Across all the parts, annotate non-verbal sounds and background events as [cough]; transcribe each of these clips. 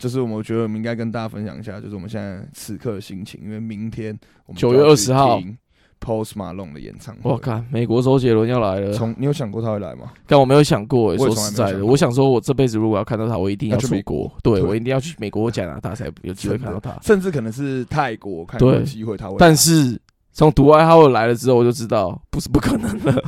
就是我们觉得我们应该跟大家分享一下，就是我们现在此刻的心情，因为明天我们9就要月去20号听 Post Malone 的演唱会。我看美国周杰伦要来了，从你有想过他会来吗？但我没有想过、欸，我也说从来实没在想的，过我想说，我这辈子如果要看到他，我一定要要去出美国，对对我一定要去美国、加拿大才有机会看到他。甚至可能是泰国，看有没有对机会他会来。但是从独爱号来了之后，我就知道不是不可能 [laughs] 的。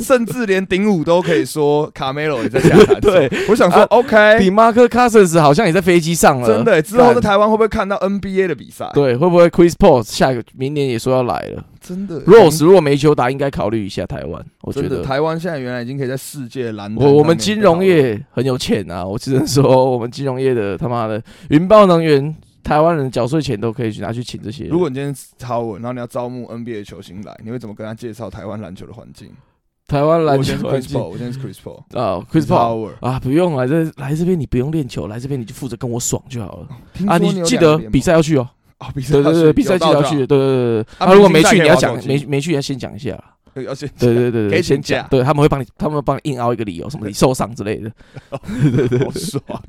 甚至连顶舞都可以说卡梅罗也在 [laughs] 下台。对，我想说啊 OK，比马克·卡森斯好像也在飞机上了，哎真的耶之后在干台湾会不会看到 NBA 的比赛？，对，会不会 Chris Paul 下个明年也说要来了真的耶哎？Rose 如果没球打，应该考虑一下台湾。我觉真的得台湾现在原来已经可以在世界篮坛我我上们面金融被讨论业很有钱啊，我只能说我们金融业的他妈的云豹能源，台湾人缴税钱都可以去拿去请这些人。如果你今天是超文，然后你要招募 NBA 的球星来，你会怎么跟他介绍台湾篮球的环境？台湾篮球我今天环是 Chris 境 Paul，我今天是 Chris Paul，啊，Chris Paul Paul，啊，不用来这来这边你不用练球，来这边你就负责跟我爽就好了听啊。说有你两记个得联盟比赛要去哦，哦，比赛对对对，比赛记得要去，对对对对。啊，如果没去你要讲，没没去要先讲一下。去，要先对对对可以对，请先假讲，对他们会帮你，他们会帮你硬凹一个理由，什么你受伤之类的， [laughs] 好爽哦，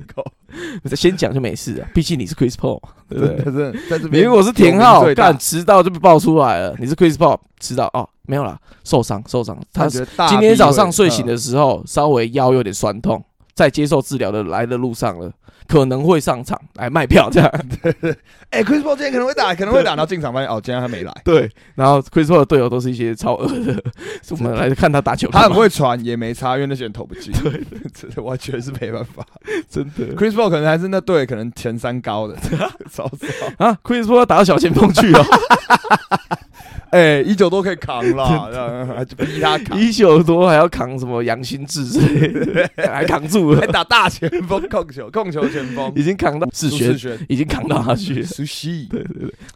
先讲就没事啊。毕竟你是 Chris Paul，对不真的对？真的在这你边，如果是田浩，干干，迟到就被爆出来了。你是 Chris Paul，迟到哦，没有啦，受伤受伤，他觉得大今臂天早会上睡醒嗯的时候，稍微腰有点酸痛，在接受治疗的来的路上了，可能会上场来卖票这 [laughs] 样。哎、c h r i s Paul 今天可能会打，可能会打，然后进场发现哦，今天他没来，对， [laughs] 然后 Chris Paul 的队友都是一些超恶的，我们来看他打球 [laughs] 他干很嘛，会传，也没差，因为那些人投不进，对， [laughs] 真的完全是没办法。真的 Chris Paul 可能还是那队可能前三高的，超少， [laughs] 啊，Chris Paul 打到小前锋 [laughs] 去了，哦哎、一九都可以扛啦，这样就逼他 [laughs] 扛，一九多还要扛什么杨新志之类的，还扛住还了，哎打大前锋控球，控球前锋，已经 [laughs] 扛到朱世世学，轩，已经扛到 [laughs] 他去了熟悉。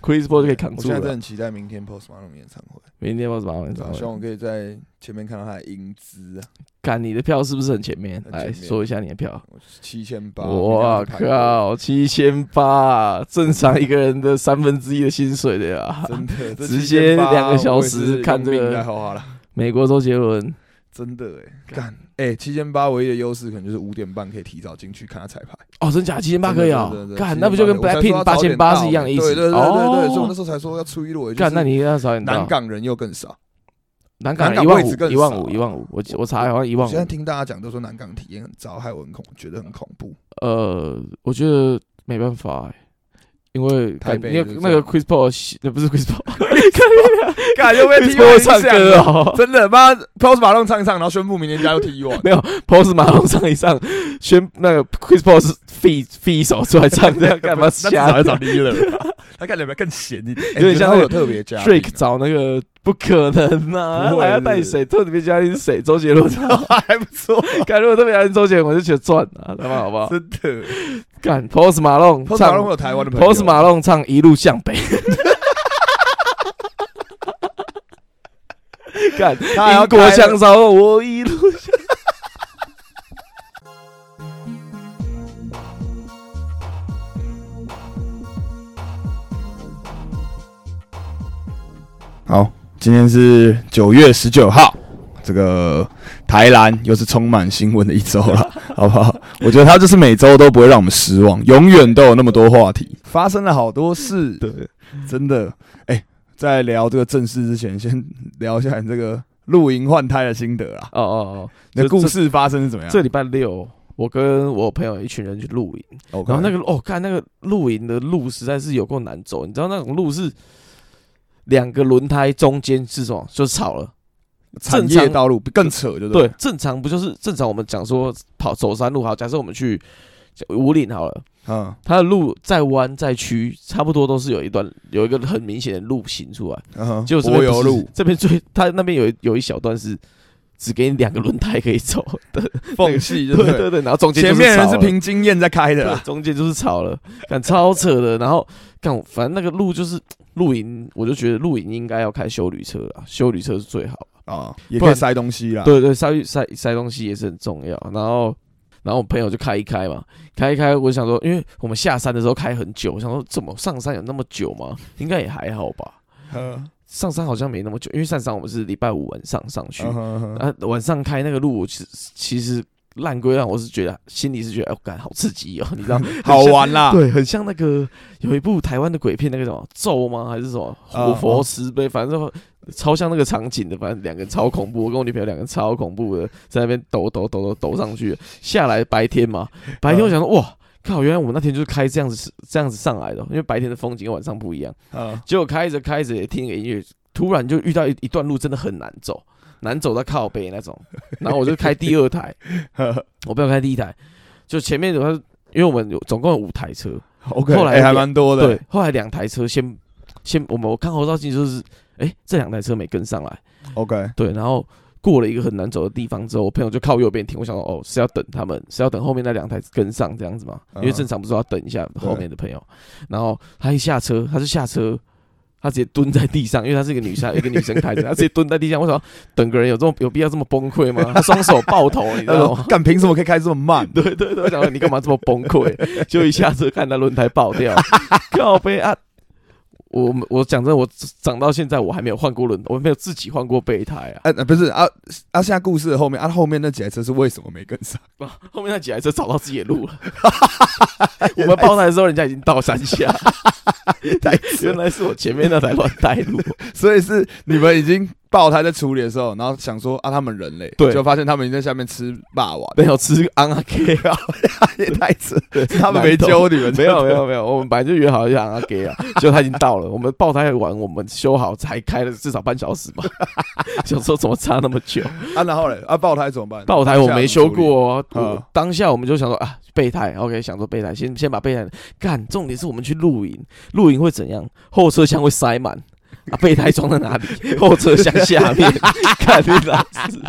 ，Chris Paul 就可以扛我住现在真的了。很期待明天 Post Malone 演唱会，明天我怎么对啊样希？望我可以在前面看到他的英姿啊，看你的票是不是很前面？很前来面说一下你的票。七千八，我明天要靠，七千八，正常一个人的三分之一的薪水的呀去排队，！ [laughs] 真的 [laughs] 这直接7800两个小我也是时看这个用命来花了。美国周杰伦，真的哎、干哎，七千八唯一的优势可能就是五点半可以提早进去看他彩排，哦，真假七千八真的可以真的哦真，的干7800那不就跟我才说 Blackpink 要八早千点八到欸是一样的意对思？对对对对，所以我那哦时候才说要初一落尾。就是干那你啊要少点南到港人又更少，南港南港一万位置五更一万少五啊一万五，我我查好像一万现在五，听大家讲都说南港体验很糟，害我很恐，觉得很恐怖。呃，我觉得没办法欸。因为台感北因为就是那这个样 Chris Paul，那不是 [laughs] Chris Paul，Chris 干又被 [laughs] Paul 唱歌哦，真的妈 Post 马上唱一唱，然后宣布明年加入 T [laughs] One， Paul 是马龙上一上宣那个 Chris Paul 是 feed feed 一首出来唱这样 [laughs] 干嘛瞎找找 Lee 了，他看起来更闲一点，有点像那个有特别加 Drake 找那个不可能呐、不啊，会还要带谁？特别嘉宾是谁？周 [laughs] 杰伦。还不错，干如果特别嘉宾周杰伦，我就觉得赚啊，他妈好不好？ [laughs] 真的。干 Post Malone Post 马龙唱有台湾的朋友 Post Malone 唱一路 [laughs] 向北。干他还要英国哦开了 [laughs] 枪手，我一路向。好，今天是九月十九号，这个台南又是充满新闻的一周了， [laughs] 好不好？我觉得它就是每周都不会让我们失望，永远都有那么多话题，发生了好多事，对，真的。哎、在聊这个正事之前，先聊一下你这个露营换胎的心得啊，哦哦你的这故事发生是怎么哦，样？这礼拜六。我跟我朋友一群人去露营， OK，然后那个哦，看那个露营的路实在是有够难走，你知道那种路是两个轮胎中间是什么？就是草了。产正业常道路更扯，就对对，，正常不就是正常？我们讲说跑走山路好，假设我们去五岭好了，嗯，它的路再弯再曲，差不多都是有一段有一个很明显的路行出来。嗯哼结果这柏边油不是路、这边最它那边有一有一小段是只给你两个轮胎可以走的，缝隙，就 [laughs] 对对对了。对对，然后中间就前面人草是了凭经验在开的啦对，，中间就是吵了， [laughs] 干超扯的。然后干，反正那个路就是露营，我就觉得露营应该要开修旅车啦，修旅车是最好。啊，也不可以然塞东西啦。对对，塞塞塞东西也是很重要。然后。然后我朋友就开一开嘛，开一开，我想说，因为我们下山的时候开很久，我想说怎么上山有那么久吗？应该也还好吧，嗯上山好像没那么久，因为上山我们是礼拜五晚上上去，嗯哼哼啊，晚上开那个路，我其实其实烂归烂，我是觉得心里是觉得，哎，感好刺激哦，[laughs] 你知道？好玩啦。对，很像那个有一部台湾的鬼片，那个什么咒吗？还是什么啊活佛啊慈悲？反正超像那个场景的，反正两个人超恐怖。我跟我女朋友两个人超恐怖的，在那边抖抖抖抖抖上去，下来白天 [laughs] 嘛，白天我想说哇。靠！原来我们那天就是开这样子这样子上来的，因为白天的风景跟晚上不一样。嗯结果开着开着也听个音乐，突然就遇到一一段路真的很难走，难走到靠北那种。然后我就开第 [laughs] 二台，我不要开第一台，就前面有他，因为我们有总共有五台车， ，OK，后来哎还蛮多的。对，后来两台车先先我们我看后照镜就是，哎、这两台车没跟上来， OK，对，然后过了一个很难走的地方之后，我朋友就靠右边停，我想说哦是要等他们，是要等后面那两台跟上这样子嘛，因为嗯正常不是要等一下后对面的朋友，然后他一下车，他就下车。他直接蹲在地上，因为他是一个女生， [laughs] 一个女生开着，他直接蹲在地上。我想，等个人有这么有必要这么崩溃吗？他双手抱头，你知他道说吗？干凭什么可以开这么慢？ [laughs] 对对对，我想说你干嘛这么崩 [laughs] 溃？就一下车看他轮胎爆 [laughs] 掉，靠背啊！我我讲真的，我长到现在我还没有换过轮，我没有自己换过备胎啊。哎，呃不是啊啊！现在故事的后面啊，后面那几台车是为什么没跟上？哇啊 [laughs] 后面那几台车找到自己的 [laughs] 路了，我们爆胎的时候人家已经到山 [laughs] 下，台原来是我前面那台乱带路。啊所以是你们已经爆胎在处理的时候，然后想说啊，他们人类，对就发现他们已经在下面吃霸王， [laughs] 没有吃安阿 K [laughs] 啊，也太扯，他们没难懂揪你们，没有没有没有，我们本来就约好要安阿 K [laughs] 啊，就他已经到了，我们爆胎完，我们修好才开了至少半小时吧， [laughs] 想说怎么差那么久。啊，然后嘞，啊，爆胎怎么办？爆胎我没修当下怎么处理，过、哦，嗯我当下我们就想说啊，备胎，OK，想说备胎，先先把备胎干。重点是我们去露营，露营会怎样？后车厢会塞满。啊，备胎装在哪 [laughs] 里？后车厢下 [laughs] 面，看你哪死，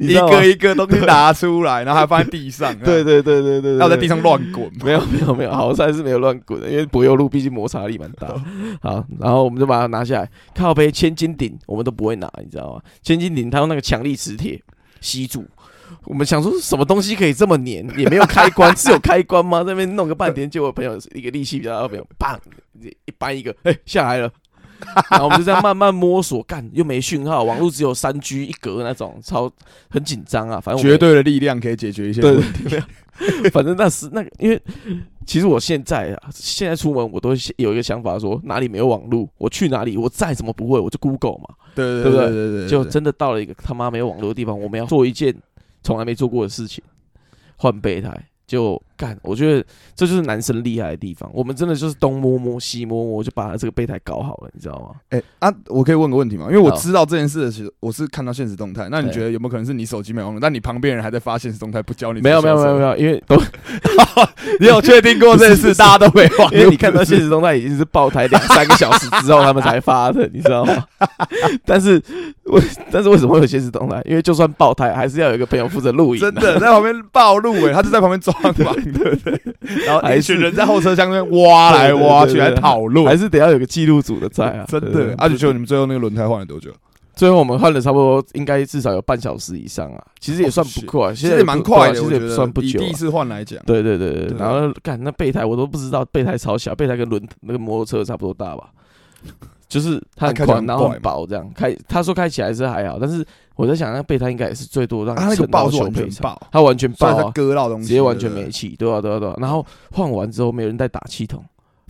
你一知道吗个一个东西拿出来，然后还放在地上，对对对对对哦对，然后在地上乱滚， [laughs] 没有没有没有，好在是没有乱滚的，因为柏油路毕竟摩擦力蛮大。哦好，然后我们就把它拿下来，靠背千斤顶我们都不会拿，你知道吗？千斤顶它用那个强力磁铁吸住。我们想说什么东西可以这么黏，也没有开关，是有开关吗？在那边弄个半天，结果朋友一个力气比较大，朋友砰一扳一个，哎、下来了。然后我们就这样慢慢摸索，干又没讯号，网络只有三 G 一格那种，超很紧张啊。反正我们绝对的力量可以解决一些对问对题。对， [laughs] 反正那是那个，因为其实我现在啊，现在出门我都会有一个想法说哪里没有网路，我去哪里，我再怎么不会，我就 Google 嘛。对对对不对对对对，就对真的到了一个他妈没有网络的地方，我们要做一件从来没做过的事情，换备胎。就干，我觉得这就是男生厉害的地方。我们真的就是东摸摸西摸摸，就把这个备胎搞好了，你知道吗？哎啊，我可以问个问题吗？因为我好知道这件事的时候，我是看到现实动态。那你对觉得有没有可能是你手机没网络，但你旁边人还在发现实动态，不教你？没有没有没有没，有，因为都 [laughs] 你有确定过这件事，大家都没网因为络？你看到现实中，他已经是爆胎两三个小时之后他们才发的，你知道吗？ [laughs] 但是为但是为什么会有现实动态？因为就算爆胎，还是要有一个朋友负责录影、啊真， [laughs] 的在旁边暴露哎、他就在旁边装嘛，对不对？ [laughs] 然后一群人在后车厢那边挖来挖去，对对对还对讨还论，是得要有个记录组的在啊。真对的对。啊，你觉得你们最后那个轮胎换了多久？最后我们换了差不多，应该至少有半小时以上啊，其实也算不快，其其实也蛮快的，其我实觉也得算不以久、第一啊。次换来讲，对对对对对，对啊然后干那备胎我都不知道，备胎超小，备胎跟轮那个摩托车差不多大吧，就是它很它看起来宽，很然后很怪薄，这样开他说开起来是还好，但是我在想那备胎应该也是最多让啊，那个撑到爆是修完配全厂，爆，它完全爆虽然啊它，割到东西，直接完全没对气，对啊对啊对啊，然后换完之后没有人带打气筒，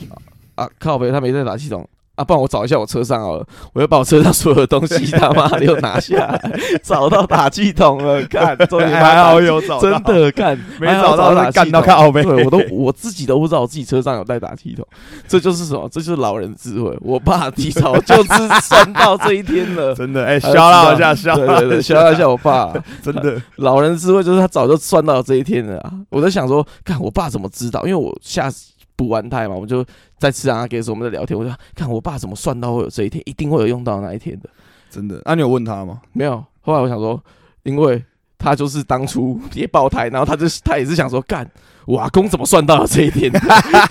啊啊靠北他没带打气筒。啊，不然我找一下我车上好了，我又把我车上所有的东 [laughs] 西他妈的又拿下来，找到打气筒了，看，不终于对，把它还好 [laughs] 有找到，真的干，没还好找到打是气干到筒靠背，。对我都我自己都不知道我自己车上有带打气筒，这就是什么？这就是老人智慧。我爸提早就是算到这一天 [laughs] [laughs] 了真的哎，他消就知道了一下，消对对对，笑一下我爸、 [laughs] 真的老人智慧就是他早就算到这一天了啊！我在想说，看我爸怎么知道？因为我下补完胎嘛，我们就在吃阿给时候我们在聊天，我就看我爸怎么算到会有这一天，一定会有用到那一天的。真的。那啊你有问他吗？没有，后来我想说，因为他就是当初 [laughs] 也爆胎，然后他就是他也是想说，干我阿公怎么算到了这一天？ [laughs]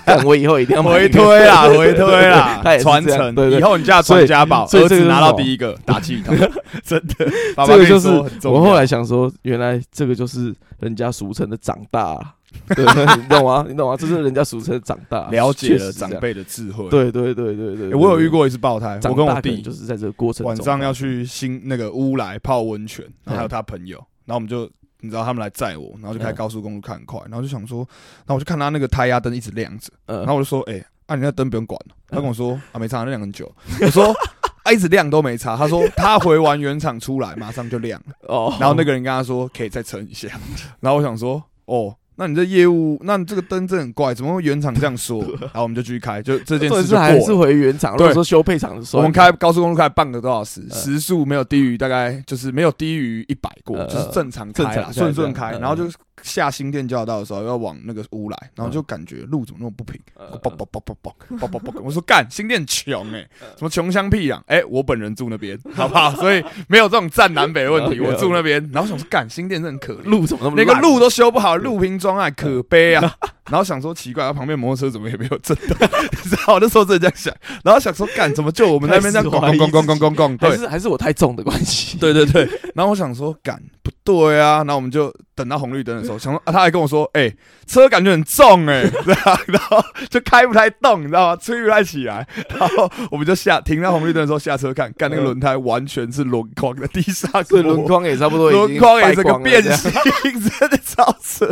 干我以后一定要买回一个推 [laughs] 啦，回推对对对啦他也，是传这样承对，对以后你家的所以传家宝，所以儿这个子就是拿到什么第一个打气 [laughs] 筒，真的，爸爸跟这个你就是说很重我要后来想说，原来这个就是人家俗称的长大、 [laughs] 啊，对，你懂吗？你懂吗？这是人家俗称的长大，了解确了实是这长样。辈的智慧。对对对对对欸，我有遇过，过一次爆胎，我长跟大我可能弟就是在这个过程中啊晚上要去新那个乌来泡温泉，然后还有他朋友，然后我们就你知道他们来载我，然后就开嗯高速公路开很快，然后就想说，然后我就看他那个胎压灯一直亮着，嗯然后我就说，哎、啊你那灯不用管了，他跟我说啊没差，那亮很久， [laughs] 我说啊一直亮都没差，他说他回完原厂出来马上就亮了，哦，然后那个人跟他说可以再撑一下， [laughs] 然后我想说哦。那你这业务，那你这个灯真的很怪，怎么会原厂这样 [laughs] 说？然后我们就继续开，就这件重事就点是过还是了。回原厂，如对果说修配厂的时候，我们开高速公路开半个多小时，嗯时速没有低于大概就是没有低于一百过，嗯就是正常正开啦，常顺顺开。嗯嗯然后就下新店交流道的时候要往那个屋来，然后就感觉路怎么那么不平，嗯叭叭叭叭叭叭叭叭，我说干新店穷哎，什么穷乡僻壤哎，我本人住那边，好不好？所以没有这种站南北的问题， OK，OK 我住那边。然后想说干新店真的很可怜，路怎么那么连个烂路都修不好，路平装啊，可悲 [laughs] 啊！然后想说奇怪，啊旁边摩托车怎么也没有震动？你知道我那时候真的这样想，然后想说干怎么就我们那边 [laughs] 这样咣咣咣咣咣咣咣，还对是还是我太重的关系？ [laughs] 对对对。然后我想说干不对啊，然后我们就等到红绿灯的时候，想说、啊、他还跟我说，哎、车感觉很重 [laughs] 哎、对啊，然后就开不太动，你知道吗？吹不太起来，然后我们就下停到红绿灯的时候下车看，干那个轮胎完全是轮框在地上磨，所以嗯轮框也差不多已经轮框也败是个光了变这样形， [laughs] 真的超扯，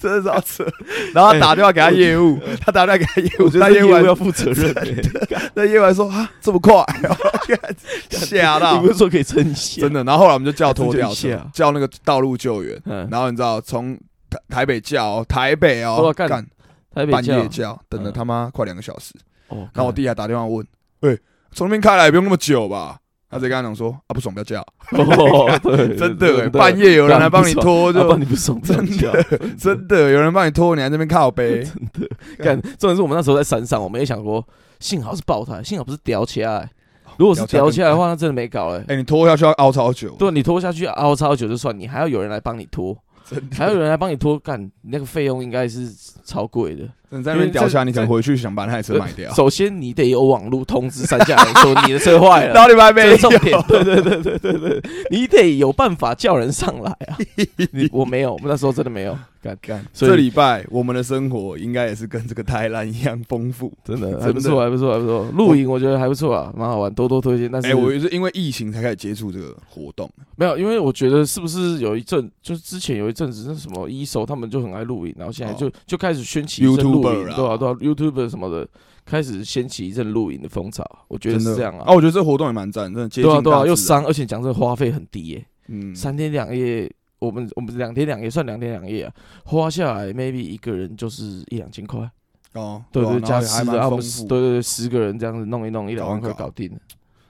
真的超扯。然后哎他打电话给他业务，他打电话给他业务，我觉他得业业务务还要负责任欸。那业务还说啊这么快哦，吓你到不，是说可以撑一下？真的。然后后来我们就叫拖吊真的车吓，叫那个道路救援。啊嗯，然后你知道从台台北叫哦台北哦哦干干台北半教夜叫，等了嗯他妈快两个小时。哦，然后我弟还打电话问，喂，从那边开来也不用那么久吧？他直接跟他讲说啊不爽不要叫， [laughs] 哦，对，真的欸半夜有人来帮你拖就就帮你不爽， [laughs] 真的真的有人帮你拖，你还在那边靠 [laughs] 背，干。重点是我们那时候在山上，我们也想说，幸好是爆胎，幸好不是吊起来。如果是吊哦起来的话，那真的没搞了。哎、你拖下去要凹超久，对你拖下去凹超久就算，你还要有人来帮你拖，真的，还要有人来帮你拖，干那个费用应该是超贵的。你在那边掉下，你可能回去想把那台车买掉，首先你得有网络通知山下人说你的车坏 [laughs] 了，然后你还没这是重有，点， [laughs] 对对对对对对，你得有办法叫人上来 [laughs] 啊！你我没有，我们那时候真的没有，干干所以这礼拜我们的生活应该也是跟这个台南一样丰富。真真的的还不错，还不错，还不错。露营我觉得还不错啊，蛮好玩，多多推荐。但哎、是我也是因为疫情才开始接触这个活动，没有，因为我觉得是不是有一阵，就是之前有一阵子那什么一手他们就很爱露营，然后现在就就开始掀起一阵哦露 YouTuber 营，啊对啊对啊，YouTube 什么的开始掀起一阵露营的风潮，我觉得真是的这样啊啊，。我觉得这活动也蛮赞，真的接近对啊对大自啊，然又伤，而且讲真的花费很低耶、嗯，三天两夜，我们我们两天两夜算两天两夜啊，花下来 maybe 一个人就是一两千块，哦，对啊对，然加后也还十蛮个，啊我丰们十富，对对对，十个人这样子弄一弄，一两万块搞搞定了，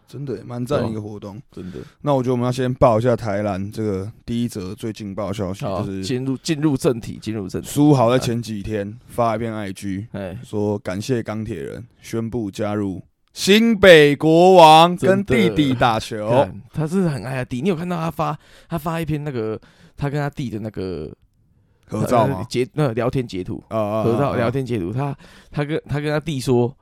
真的蛮赞啊的一个活动。真的。那我觉得我们要先报一下台南这个第一则最劲爆的消息，好就，是啊进入进入正题，进入正题。苏豪在前几天发一篇 IG，哎，说感谢钢铁人宣布加入新北国王，跟真的弟弟打球。 [laughs] 看他真的很爱他弟，你有看到他发他发一篇那个他跟他弟的那个合照呃吗？截那聊天截图，啊啊合照聊，天截图，他他跟他跟他弟说，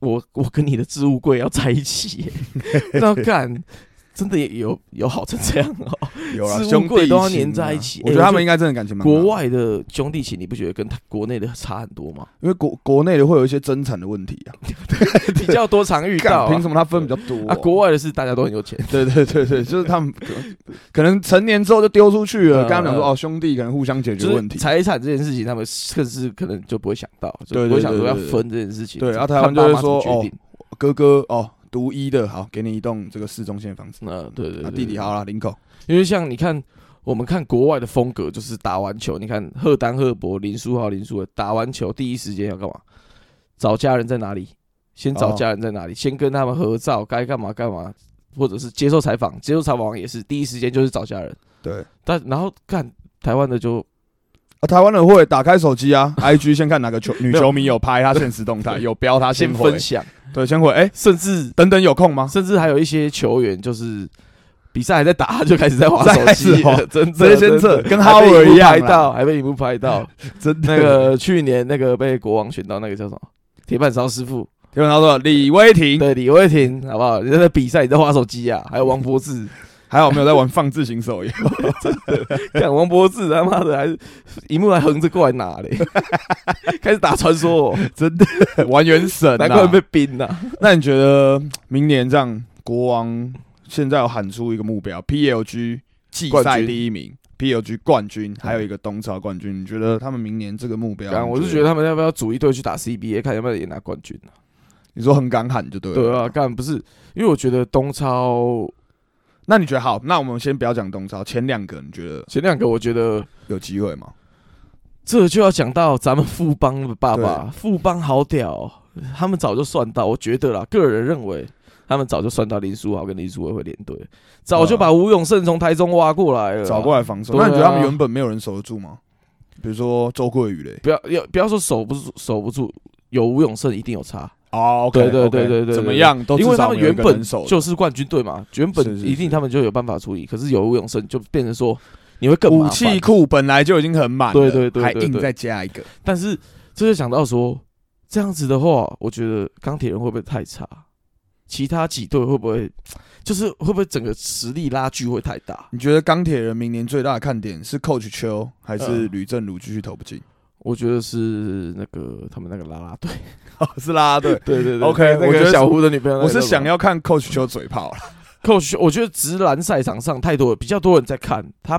我我跟你的置物柜要在一起， [laughs] 那干真的有有好成这样哦。啊有啦，置物兄弟柜都要情啊粘在一起我哎觉得我他觉们得应该真的感情蛮好的国，外的兄弟情，你不觉得跟他国内的差很 [laughs] 多吗？因为国国内的会有一些争产的问题啊。比较多常 [laughs] 遇到干，啊凭什么他分比较多啊，国外的是大家都很有钱，对对对对，就是他们 [laughs] 可能可能成年之后就丢出去了，嗯跟他们讲说嗯哦，兄弟可能互相解决就问是题。财产这件事情，他们甚至可能就不会想到，就对对不会想说要对对分这件事情。对就啊台湾就看会爸妈怎说么决定，哥哥哦，独一的好，给你一栋这个市中心的房子。嗯，对对啊，对，弟弟对好啦，林口。因为像你看，我们看国外的风格就是打完球，你看赫丹、赫伯、林书豪、林书豪打完球第一时间要干嘛？找家人在哪里？先找哦家人在哪里？先跟他们合照，该干嘛干嘛，或者是接受采访，接受采访也是第一时间就是找家人。对啊，但然后看台湾的就台湾人会打开手机啊 [laughs] ，IG 先看哪个球女没有球迷有拍他现实动态，有标他啊先回分，享，对， [laughs] 先回。哎，甚至等等有空吗？甚至还有一些球员就是。比赛还在打，他就开始在划手在 [laughs] 机开始了，滑真哦这的些先真的撤跟还被 Howard 荧幕一样啊拍啦到，还被荧幕拍到， [laughs] 真那个去年那个被国王选到那个叫什么铁板烧师傅，有人说李威霆，对李威霆，好不好？人家在比赛，你在划手机啊？还有王 [laughs] 柏志，还好没有在玩放置型手游，看王柏志他妈的还是荧幕还横着过来拿 [laughs] 嘞，开始打传说哦，真的 [laughs] 玩原神难啊怪。被冰呐。那你觉得明年这样，国王现在有喊出一个目标，PLG 季冠赛军第一名， PLG 冠军，还有一个东超冠军，你觉得他们明年这个目标？啊干，我是觉得他们要不要组一队去打 CBA，看要不要也拿冠军啊？你说很敢喊就对了。对啊，干不是，因为我觉得东超那你觉得好？那我们先不要讲东超，前两个你觉得前两个，我觉得有机会吗？这就要讲到咱们富邦的爸爸，富邦好屌哦、他们早就算到，我觉得啦，个人认为他们早就算到林书豪跟林书伟会连队，早就把吴永胜从台中挖过来了，找过来防守，对那啊你觉得他们原本没有人守得住吗？比如说周桂宇嘞？不要要不要说守不住守不住，有吴永胜一定有差，哦对对对对对怎么样？都因为他们原本守就是冠军队嘛，原是本是一定是他们就有办法处理，可是有吴永胜就变成说你会更麻武烦器库本来就已经很满了，对对对对还对硬再加一个，但是这就想到说，这样子的话，我觉得钢铁人会不会太差？其他几队会不会就是会不会整个实力拉距会太大？你觉得钢铁人明年最大的看点是 Coach 邱还是嗯吕正儒继续投不进？我觉得是那个他们那个啦啦队，是啦，对， [laughs] 对对对 OK，那我个觉得小胡的女朋友那个我叫什么，是想要看 Coach 邱嘴炮了。 coach，我觉得直男赛场上太多了，比较多人在看他，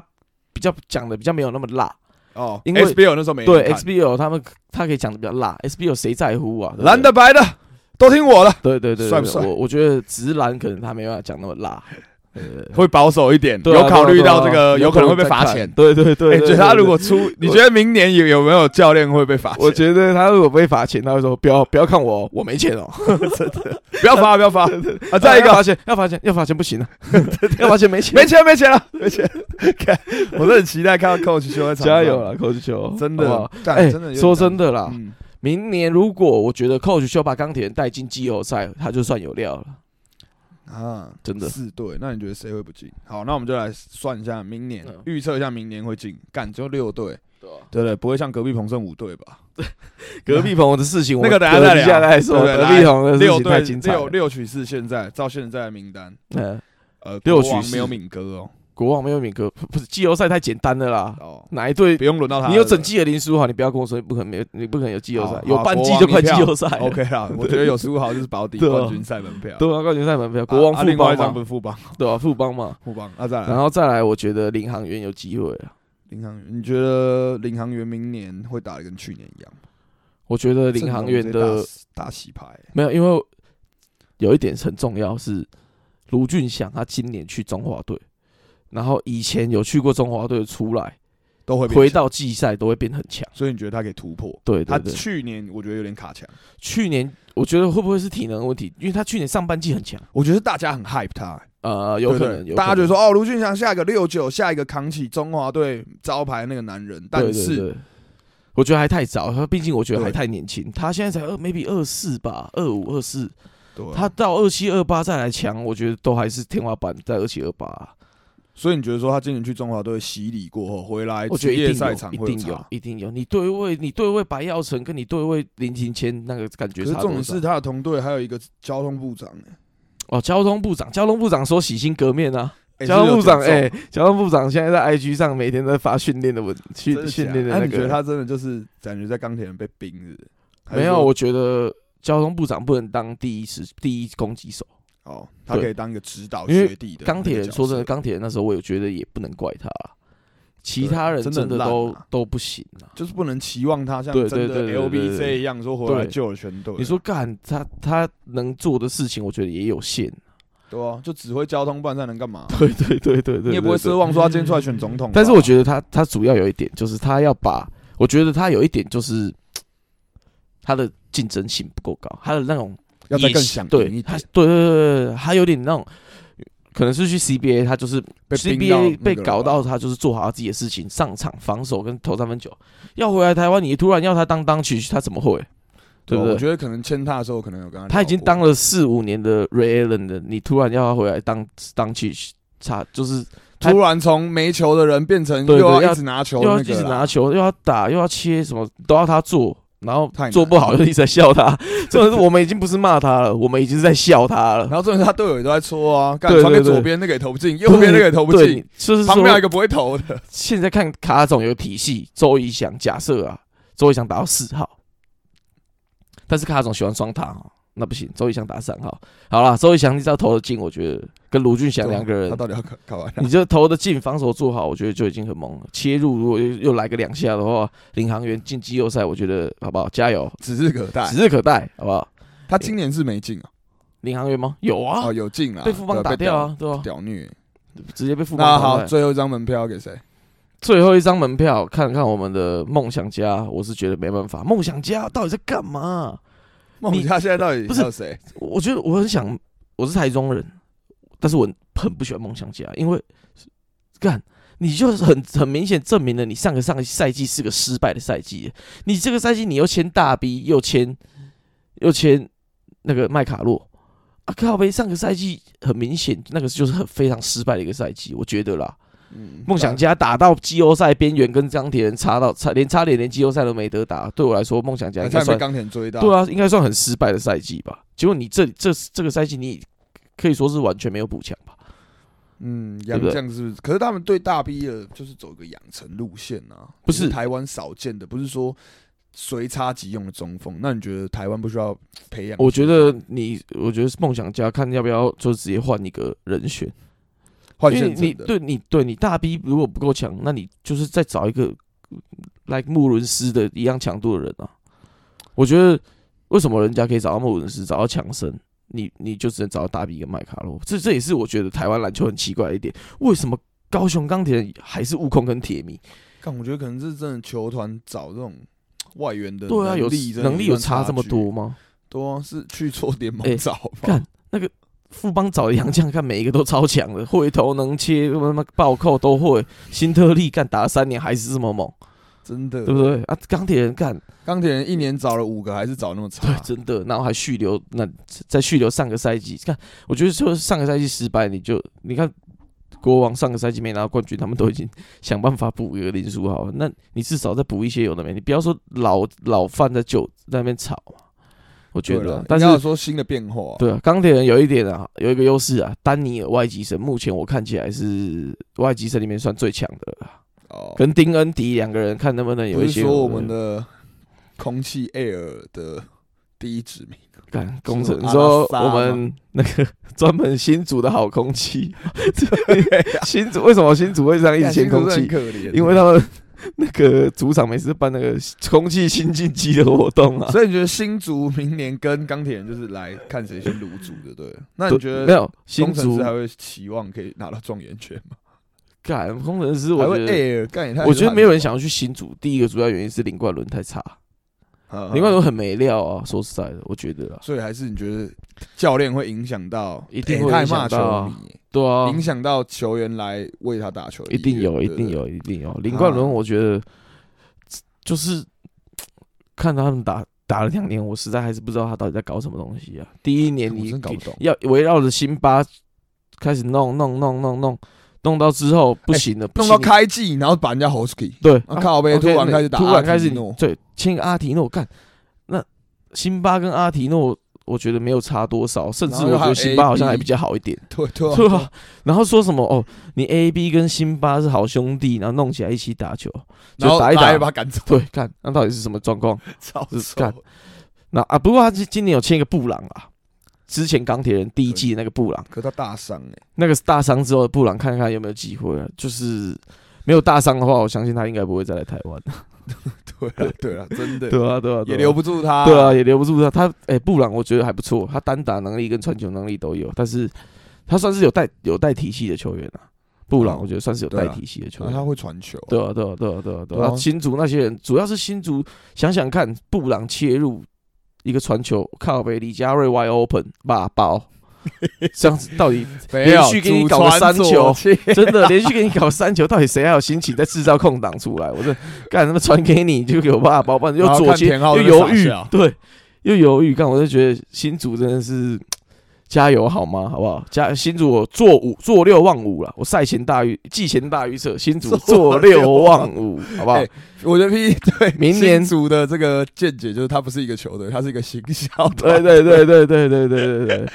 比较讲的比较没有那么辣。哦，因为 SBL 那时候没人对看 XBL 他们他可以讲的比较辣，XBL 谁在乎啊？对不对蓝的白的都听我的，对对对，对帅不帅我我觉得直男可能他没办法讲那么辣，呃，会保守一点，对啊有考虑到这对啊个对啊有可能会被罚钱。对对对哎，对觉得对他对如果出，你觉得明年有有没有教练会被罚我钱？觉得他如果被罚钱，他会说不要不要看我，我没钱哦。不要罚，不要罚啊！再一要个，罚钱，要罚钱，要罚钱不行 [laughs] 啊，要罚钱没钱，没钱，没钱了，没钱。看，我都很期待看到 Coach 邱在场上加油 [laughs] 了，，扣球，真的好不好干哎真的有，点说真的啦，嗯明年如果我觉得 Coach 秀把钢铁人带进季后赛，他就算有料了，啊，真的。四队，那你觉得谁会不进？好，那我们就来算一下明年嗯，啊预测一下明年会进。干，只有六队，对不对？不会像隔壁彭胜五队吧？ [laughs] [laughs] [laughs] 隔壁棚的事情，那个等等下再聊下来说。对对隔来壁棚的事六情太队精彩六了。六曲是现在照现在的名单，嗯，呃，六国王曲是没有敏哥哦，国王没有敏哥，不不是季后赛太简单的啦。哦，哪一队不用轮到他了。你有整对季的林书豪，你不要跟我说你不可能没有，你不可能有季后赛好，有好半国季王就一快季票后赛了。 [laughs] OK 啦，我觉得有十五号就是保底 [laughs] 对啊冠军赛门票。对啊，冠军赛门票，啊，国王啊富另外一张邦嘛，不是富邦，对啊，富邦嘛，富邦，那再来然。后再来，我觉得领航员有机会啊，领航员，你觉得领航员明年会打的跟去年一样吗？我觉得呃领航员阵容直的接大大洗牌、没有，因为有一点很重要是卢俊祥他今年去中华队，然后以前有去过中华队出来，都会变回强，到季赛都会变很强，所以你觉得他可以突破？对对他对，去年我觉得有点卡墙，去年我觉得会不会是体能的问题？因为他去年上半季很强，我觉得大家很 hype 他、呃，有对不可对能，有大家觉可得能说哦，卢俊祥下一个六九，下一个扛起中华队招牌那个男人，但是对对对我觉得还太早，他毕竟我觉得还对太年轻，他现在才二 maybe 二四吧，二五二四，对啊他到二七二八再来强，我觉得都还是天花板在二七二八，所以你觉得说他今年去中华队洗礼过后回来我觉得哎职一业定有，赛场一会定有差，。一定有。你对位，你对位白耀成跟你对位林庭谦那个感觉可是重差多点少是？他的同队还有一个交通部长、欸哦，交通部长，交通部长说洗心革面啊！欸交通部长，是不是有哎减，交通部长现在在 IG 上每天在发训练的文重真训的训假练的那那你觉得个。他真的就是感觉在钢铁人被冰是不是还是没有，说我觉得交通部长不能当第一时第一攻击手。哦，他对可以当一个指导因为学弟的钢铁人说真的，的，钢铁人那时候我有觉得也不能怪他啊，其对他人真的真的很烂都啊都不行啊。就是不能期望他像对真的对对对对 LBJ 一样说回来对救了全队。你说干他他能做的事情，我觉得也有限。 [laughs] 对啊，就指挥交通办，那能干嘛？对对对对对，你也不会对奢。望说他今天出来选总统吧。 [laughs] 但是我觉得他他主要有一点就是他要把，我觉得他有一点就是他的竞争性不够高，他的那种要再野更心想赢对一他点，对对对对，他有点那种。可能是去 CBA，他就是被冰到 CBA 那被个搞了吧到他就是做好他自己的事情，上场防守跟投三分球。要回来台湾，你突然要他当当曲，他怎么会？对对啊不对我觉得可能签他的时候，可能有跟他他已经当了，了四五年的 Ray Allen 的，你突然要他回来当当去差，就是他突然从没球的人变成对又对要要一直拿球的那又要个一啦，直拿球，又要打，又要切，什么都要他做，然后太难做不好就一直在笑他。 [laughs] 这种是我们已经不是骂他了，我们已经是在笑他了然。后重点是他队友也都在戳啊，干对对传给对左边那个也投不进，右边那个也投不对，进你，就是旁边还有一说个不会投的，现在看卡总有体系，周怡翔假设啊，周怡翔打到四号，但是卡总喜欢双塔哦，那不行，周以翔打三号。好啦，周以翔你只要投的进，我觉得跟卢俊祥两个人他到底要考考完你就投的进，防守做好，我觉得就已经很猛了。切入如果又又来个两下的话，领航员进季后赛，我觉得好不好？加油，指日可待指。日可待，好不好？他今年是没进啊，领航员吗？有啊，哦有进啊，被富邦对打掉，啊，对吧、被屌虐。直接被富邦那打好，败最后一张门票要给谁？最后一张门票，看看我们的梦想家，我是觉得没办法。梦想家到底在干嘛？梦家现在到底不是要谁？我觉得我很想，我是台中人，但是我很不喜欢梦想家，因为干你就是很很明显证明了你上个上个赛季是个失败的赛季，你这个赛季你又签大 B，又签又签那个麦卡洛。啊靠呗！上个赛季很明显，那个就是很非常失败的一个赛季，我觉得啦。嗯梦想家打到季后赛边缘，跟钢铁人差到差连差点连季后赛都没得打，对我来说，梦想家应该才被算钢铁追到。对啊，啊，应该算很失败的赛季吧。结果你这这这个赛季你可以说是完全没有补强吧？嗯，对杨不对将是不是？可是他们对大 B 的，就是走一个养成路线啊，不是就台湾少见的，不是说随插即用的中锋。那你觉得台湾不需要培养？我觉得你，我觉得梦想家看要不要就直接换一个人选，换因为现你成的，对你对你大 B 如果不够强，那你就是再找一个嗯 like 穆伦斯的一样强度的人啊。我觉得为什么人家可以找到穆伦斯，找到强森，你你就只能找到大 B 跟麦卡洛，这这也是我觉得台湾篮球很奇怪的一点，为什么高雄钢铁人还是悟空跟铁迷？但我觉得可能是真的球团找这种外援的对啊，有力真的能力有段差这么距多，吗？对啊，是去错联哎盟找吧？ [laughs] 干富邦找的洋将，看每一个都超强的，会投能切，他妈暴扣都会。新特利干打了三年还是这么猛，真的对，不对？啊，钢铁人干钢铁人一年找了五个，还是找那么差对，？真的，然后还续留，那再续留上个赛季，看，我觉得说上个赛季失败，你就你看国王上个赛季没拿到冠军，他们都已经想办法补一个林书豪了，那你至少再补一些有的没，你不要说老老范在就在那边吵嘛，我觉对得啦啊，但是应该有说新的变化啊，对啊，钢铁人有一点啊，有一个优势啊，丹尼尔外籍生目前我看起来是外籍生里面算最强的了啊，哦，跟丁恩迪两个人看能不能有不一是些说我们的空气 air 的第一指名，干工程，是你说阿拉萨我们那个专门新组的好空气， [laughs] 新组为什么新组会这 [laughs] 样一直签空啊但新气？竹真的很可怜，因为他们那个主场每次办那个空气新晋级的活动啊， [laughs] 所以你觉得新竹明年跟钢铁人就是来看谁先入主的，对了？那你觉没得有新工程组师还会期望可以拿到状元权吗？干工程师，还我会觉得 air 干也太，我觉得没有人想要去新组，第一个主要原因是林冠伦太差。啊，林冠伦很没料啊，说实在的，我觉得啦，所以还是你觉得教练会影响到，一定欸会他也影响骂到啊球迷，对啊，影响到球员来为他打球的意愿，一定有，一对定。有，一定有。林冠伦，啊我觉得就是看他们打打了两年，我实在还是不知道他到底在搞什么东西啊。第一年我你真搞不懂要围绕着辛巴开始弄弄弄弄弄，弄到之后不行了，不哎弄行到你开季，然后把人家 Hosky，对，啊靠呗 OK，突然开始打突阿哦然提开始诺对，签个阿提诺，干那辛巴跟阿提诺，我觉得没有差多少，甚然至后我还觉有得辛巴好像 AB 还比较好一点。对对啊对啊，然后说什么哦，你 A B 跟辛巴是好兄弟，然后弄起来一起打球，然后 [laughs] 就打一打来把他赶走，对，看那到底是什么状况？超是丑干那啊，不过他今今年有签一个布朗啊，之前钢铁人第一季的那个布朗，可他大伤哎，那个大伤之后的布朗，看看有没有机会啊。就是没有大伤的话，我相信他应该不会再来台湾。 [laughs] 对啊对啊，真的对啊，对啊，也对啊留不住他，对啊，也留不住他。他哎、布朗我觉得还不错，他单打能力跟传球能力都有，但是他算是有带有带体系的球员啊。布朗哦我觉得算是有对带啊体系的球啊，员。他会传球，对啊，对啊，对啊，对啊，对对啊！啊新竹那些人，主要是新竹，想想看，布朗切入一个传球，靠北李佳瑞 wide open，把包，这样子到 [laughs] 底没有连续给你搞个三球，祖传左切真的连续给你搞三球，到底谁还有心情再制造空档出来？我这干他妈传给你就有把包，不然又然后左看切田浩又在那犹傻豫笑，对，又犹豫，干我就觉得新竹真的是。加油好吗？好不好？加新竹我做五做六望五了，我赛前大预季前大预测，新竹做做六六望望五，好不好？哎我觉得 P 对明年新竹的这个见解就是他不是一个球队，他是一个行销 [laughs] 对团，对对对对对对对对，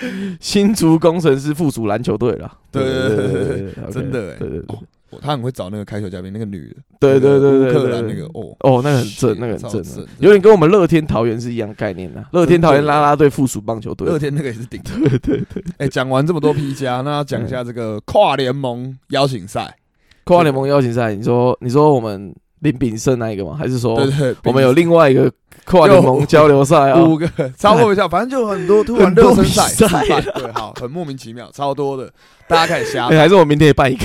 新竹工程师附属篮球队啦。对对对对对对，OK，真的哎对对对哦，他很会找那个开球嘉宾，那个女的，对对那个对对乌克兰对那对个哦，哦，那个很正， Shit，那个超很正正啊，有点跟我们乐天桃园是一样概念呐。乐天桃园真的啦啦队附属棒球队乐，天那个也是 [laughs] 顶。对对对。哎，讲完这么多 P 加，那要讲一下这嗯个跨联盟邀请赛。科幻联盟邀请赛，你说你说我们林炳胜那一个吗？还是说对对，哦我们有另外一个科幻联盟交流赛啊？五个，超过一下，反正就很多突然 [laughs] 很多热身赛比赛啊失败对，好， [laughs] 很莫名其妙，超多的，大家开始瞎 [laughs] 哎，还是我明天也办一个，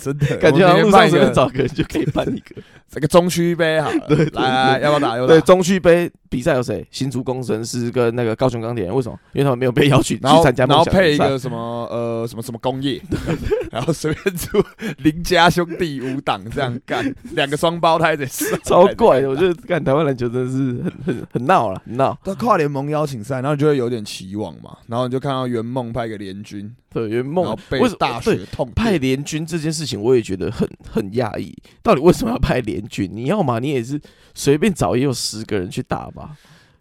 真的，感觉我好们像明天路上办一随便个找个人就可以办一个。这个中区杯好了，对对来来，来要不要打？要不要对，打？中区杯比赛有谁？新竹工程师跟那个高雄钢铁人，为什么？因为他们没有被邀请去然后参加然梦后想配比一赛。个什么呃什么什么工 [laughs] 业，然后随便出邻家兄弟五档这样干，两个双胞胎的，超怪的，我觉得看台湾篮球真的是很很很闹了，很闹。到跨联盟邀请赛，然后你就会有点期望嘛，然后你就看到圆梦派一个联军，对，圆然梦后被为什么大对学痛扁派联军这件事情，我也觉得很很讶异。到底为什么要派联军？你要嘛，你也是随便找也有十个人去打吧。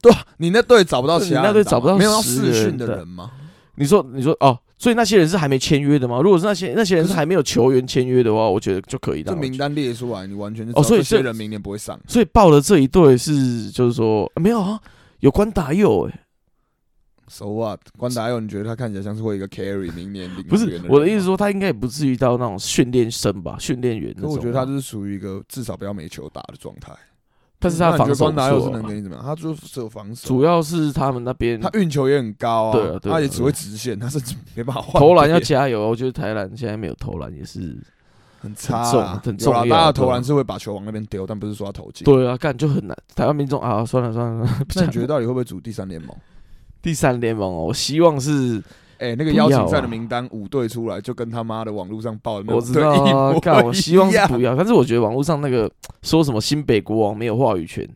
对啊，你那队找不到其他人打吗，啊你那队找不到没有要十个人试训的对人吗？你说，你说哦，所以那些人是还没签约的吗？如果是那些那些人是还没有球员签约的话，我觉得就可以这让我名去。单列出来，你完全就哦所以这些这人明年不会上。所以报了这一队是，就是说、啊没有啊，有关打佑哎、 So what？关达佑，你觉得他看起来像是会一个 carry 明年领不航是员我的人意思吗，说他应该也不至于到那种训练生吧，训练员那可种吧。啊我觉得他就是属于一个至少不要没球打的状态。但是他那的你觉得关防守不达佑是错能啊给你怎么样？他就是只有防守，主要是他们那边他运球也很高对啊啊，对啊他也只会直线，他甚至没办法换投篮要边加油啊！我觉得台篮现在没有投篮也是，很差很重啊，有啦很重要大家的对啊投篮是会把球往那边丢，但不是说他投进。对啊，干就很难。台湾民众啊，算了算了，算了那你觉得到底会不会组第三联盟？第三联盟哦，我希望是，哎，那个不要邀请赛的啊名单五队出来，就跟他妈的网络上报的那我种知队道一模啊， [laughs] 干，我一希望是样不要。但是我觉得网络上那个说什么新北国王没有话语权，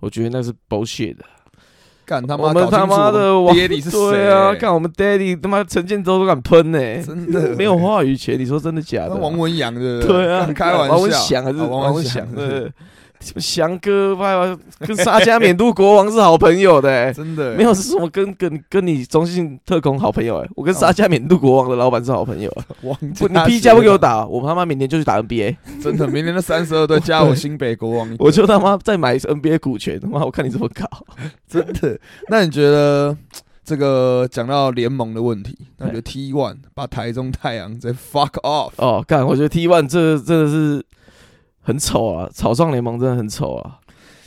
我觉得那是 bullshit 的。 [laughs] 干他妈，我们他妈的我王爹你是谁？对啊，干我们 daddy 他妈陈建州都敢喷呢，真的没有话语权，你说真的假那的啊？王文洋的，对啊，干开玩笑，王文祥还是啊王文文祥。祥？对，什么翔哥吧，跟沙加缅度国王是好朋友的、欸 [laughs] [laughs] 真的没有是什么跟跟跟你中信特工好朋友 [laughs] 哎、欸我跟沙加缅度国王的老板是好朋友、欸。王家不，你 P 加不给我，打，我他妈明天就去 [laughs] 打 NBA，真的，明年的三十二队加我新北国 [laughs] 王，我就他妈再买 NBA 股权，他妈我看你怎么搞。真的。那你觉得这个讲到联盟的问题，那你觉得 T One 把台中太阳直接 fuck off？哦，干，我觉得 T One 这真的是很丑啊，草创联盟真的很丑啊。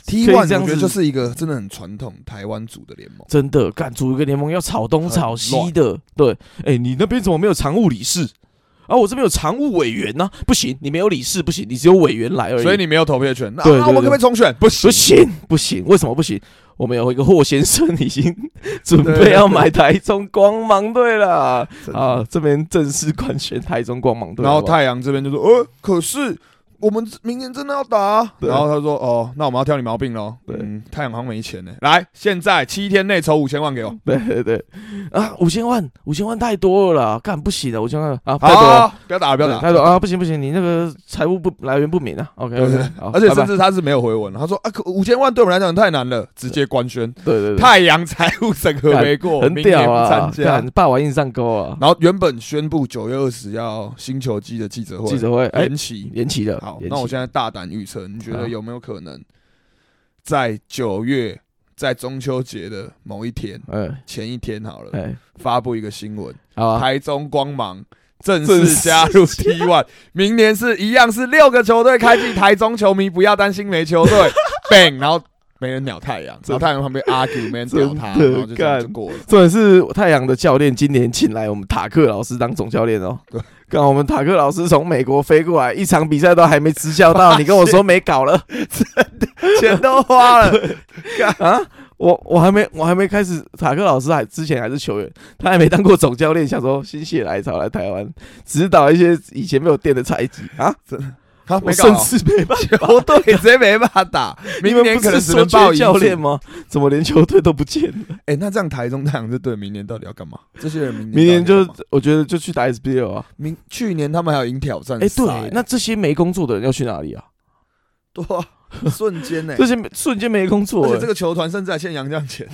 T 可 One 我以这样觉得子就是一个真的很传统台湾组的联盟，真的，干组一个联盟要吵东吵西的，对，哎、你那边怎么没有常务理事？啊，我这边有常务委员呢、不行，你没有理事不行，你只有委员来而已，所以你没有投票权。那对对那我们可不可以对重选？不不行，行不行，为什么不行？我们有一个霍先生已经 [laughs] 准备要买台中光芒队了真的啊，这边正式官宣台中光芒队，然后好不好太阳这边就说：“呃，可是我们明年真的要打啊。”对然后他说：“哦，那我们要挑你毛病喽。”对嗯，太阳好像没钱呢。来，现在七天内筹五千万给我。对对对啊，五千万五千万太多了啦，干不行了，五千万啊太多了。好，不要打了，不要对打。他说啊，不行不行，你那个财务不来源不明啊。OK，, 对 o 对 k 对而且甚至他是没有回文，他说：“啊，可五千万对我们来讲太难了，直接官宣。对对对，”太阳财务审核没过，很哦明年屌不啊参！加干。霸王硬上钩啊！然后原本宣布九月二十要新球季的记者会记者会哎延期。延期了，好，延期啊那我现在大胆预测，你觉得好有没有可能在九月，在中秋节的某一天，哎前一天好了，哎发布一个新闻，好啊，呃台中光芒正正式式加入 T One，明年是一样是六个球队开季，台中球迷不要担心没球队，bang，然后没人鸟太阳，然后太阳旁边 argue，没人鸟他，真的然后就这样干就过了。重点是太阳的教练今年请来我们塔克老师当总教练哦对。刚我们塔克老师从美国飞过来，一场比赛都还没执 [laughs] 教到，你跟我说没搞了啊钱都花 [laughs] 了，啊？我我还没我还没开始，塔克老师还之前还是球员，他还没当过总教练，想说心血来潮来台湾指导一些以前没有电的采集啊，他没我搞甚好至没办法球队直接没办法打，明年可能只能报一教次练。吗？怎么连球队都不见了？哎，那这样台中太阳这队明年到底要干嘛？这些人明明年年到底要就干嘛我觉得就去打 SBL 啊。明去年他们还有赢挑战哎、赛对，那这些没工作的人要去哪里啊？对啊，瞬间呢、这些瞬间没工作而了且这。个球团甚至还欠杨绛 [laughs] 钱，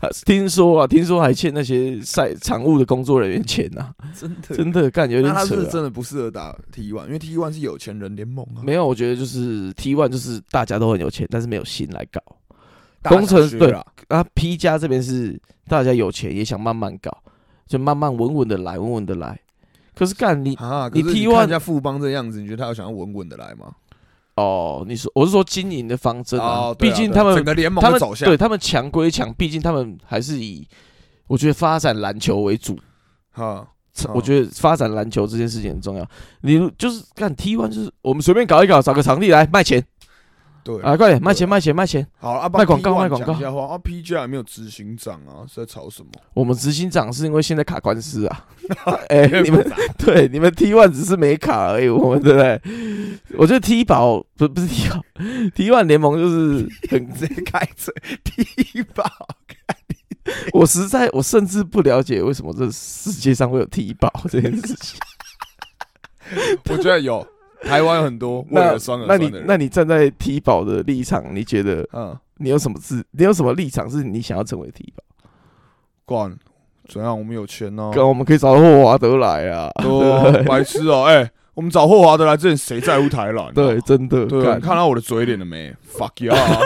啊听说啊，听说还欠那些赛场务的工作人员钱呐、真的。真的干有那点他是扯、不是啊。真的不适合打 T one，因为 T one 是有钱人联盟啊，没有，我觉得就是 T one 就是大家都很有钱，但是没有心来搞。大小工程区对啊，啊，P 加这边是大家有钱也想慢慢搞，就慢慢稳稳的来，稳稳的来。可是干你啊，可你是你 T1 看人家富邦这样子，你觉得他有想要稳稳的来吗？哦，你说我是说经营的方针啊，哦对毕啊竟对啊他们整个联盟他的们走向，对他们强归强，毕竟他们还是以我觉得发展篮球为主。啊，我觉得发展篮球这件事情很重要。你如就是干 T one 就是我们随便搞一搞，找个场地来卖钱对啊，快点卖钱卖钱卖钱！好啊，卖广告卖广告告啊，P G 还没有执行长啊，是在吵 [laughs] 什么？我们执行长是因为现在卡官 [laughs] 司啊， [laughs] 哎、你们对你们 T one 只是没卡而已，我们对不对？我觉得 T 宝不不是 T 宝，T one 联盟就是很，直接开嘴踢爆，我实在我甚至不了解为什么这世界上会有 T 宝这件事情。 [laughs] 我觉得有，台湾有很多为那了双儿那酸你的人，那你站在 T 宝的立场，你觉得嗯，你有什么自你有什么立场是你想要成为 T 宝？管怎样，我们有钱哦，哥，我们可以找霍华德来啊！对 [laughs] 啊，白痴哦，哎，我们找霍华德来之前，谁在乎台篮啊？对，真的，对啊，干你看到我的嘴脸了没？Fuck you！啊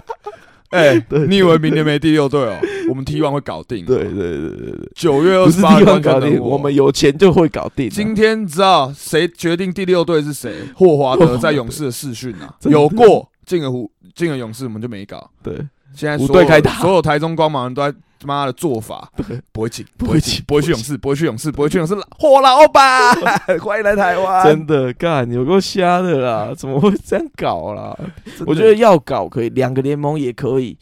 [laughs] 哎，你以为明年没第六队哦？我 [laughs] 们 T one 会搞定，对对，对对对，九月不二是十八地方观搞看定，等我们有钱就会搞定啊。今天你知道谁决定第六队是谁？霍华霍华德德在勇士的试训啊， [laughs] 真的有过进了湖，进了勇士我们就没搞。对现在五所有队开打所有台中光芒人都在他妈的做法，不会进，不不会会进进，不会去勇士，不会去勇士，不会去勇士，霍老板， [laughs] 欢迎来台湾。真的干有够瞎的啦！怎么会这样搞啦？真的我觉得要搞可以，两个联盟也可以，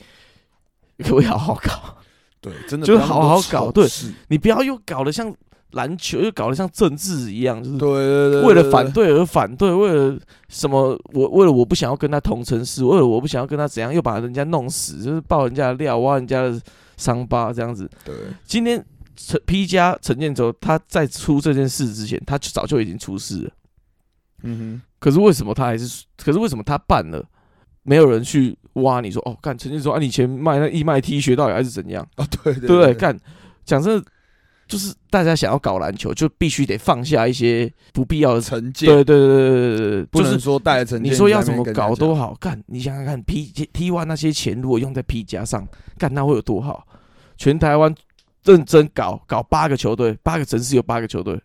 可不可以好好搞？对，真的就是不要那么好好多搞丑对事你不要又搞得像篮球，又搞得像政治一样，就是对对对，对嗯为了反，对而反对，为了什么？我为了我不想要跟他同城市，为了我不想要跟他怎样，又把人家弄死，就是爆人家的料，挖人家的伤疤这样子。对对今天陈 P 加陈建州他在出这件事之前，他就早就已经出事了。嗯可是为什么他还是？可是为什么他办了，没有人去挖你说哦？干陈建州啊，你以前卖那义卖 T 恤到底还是怎样？哼，啊对对对不对？干讲真的，就是大家想要搞篮球，就必须得放下一些不必要的。成见对对对对对对，不就能是说带着成见，你说要在怎那么边跟人搞家讲都好，干你想想看，P T one 那些钱如果用在 P 加上，干那会有多好？全台湾认真搞搞八个球队，八个城市有八个球队，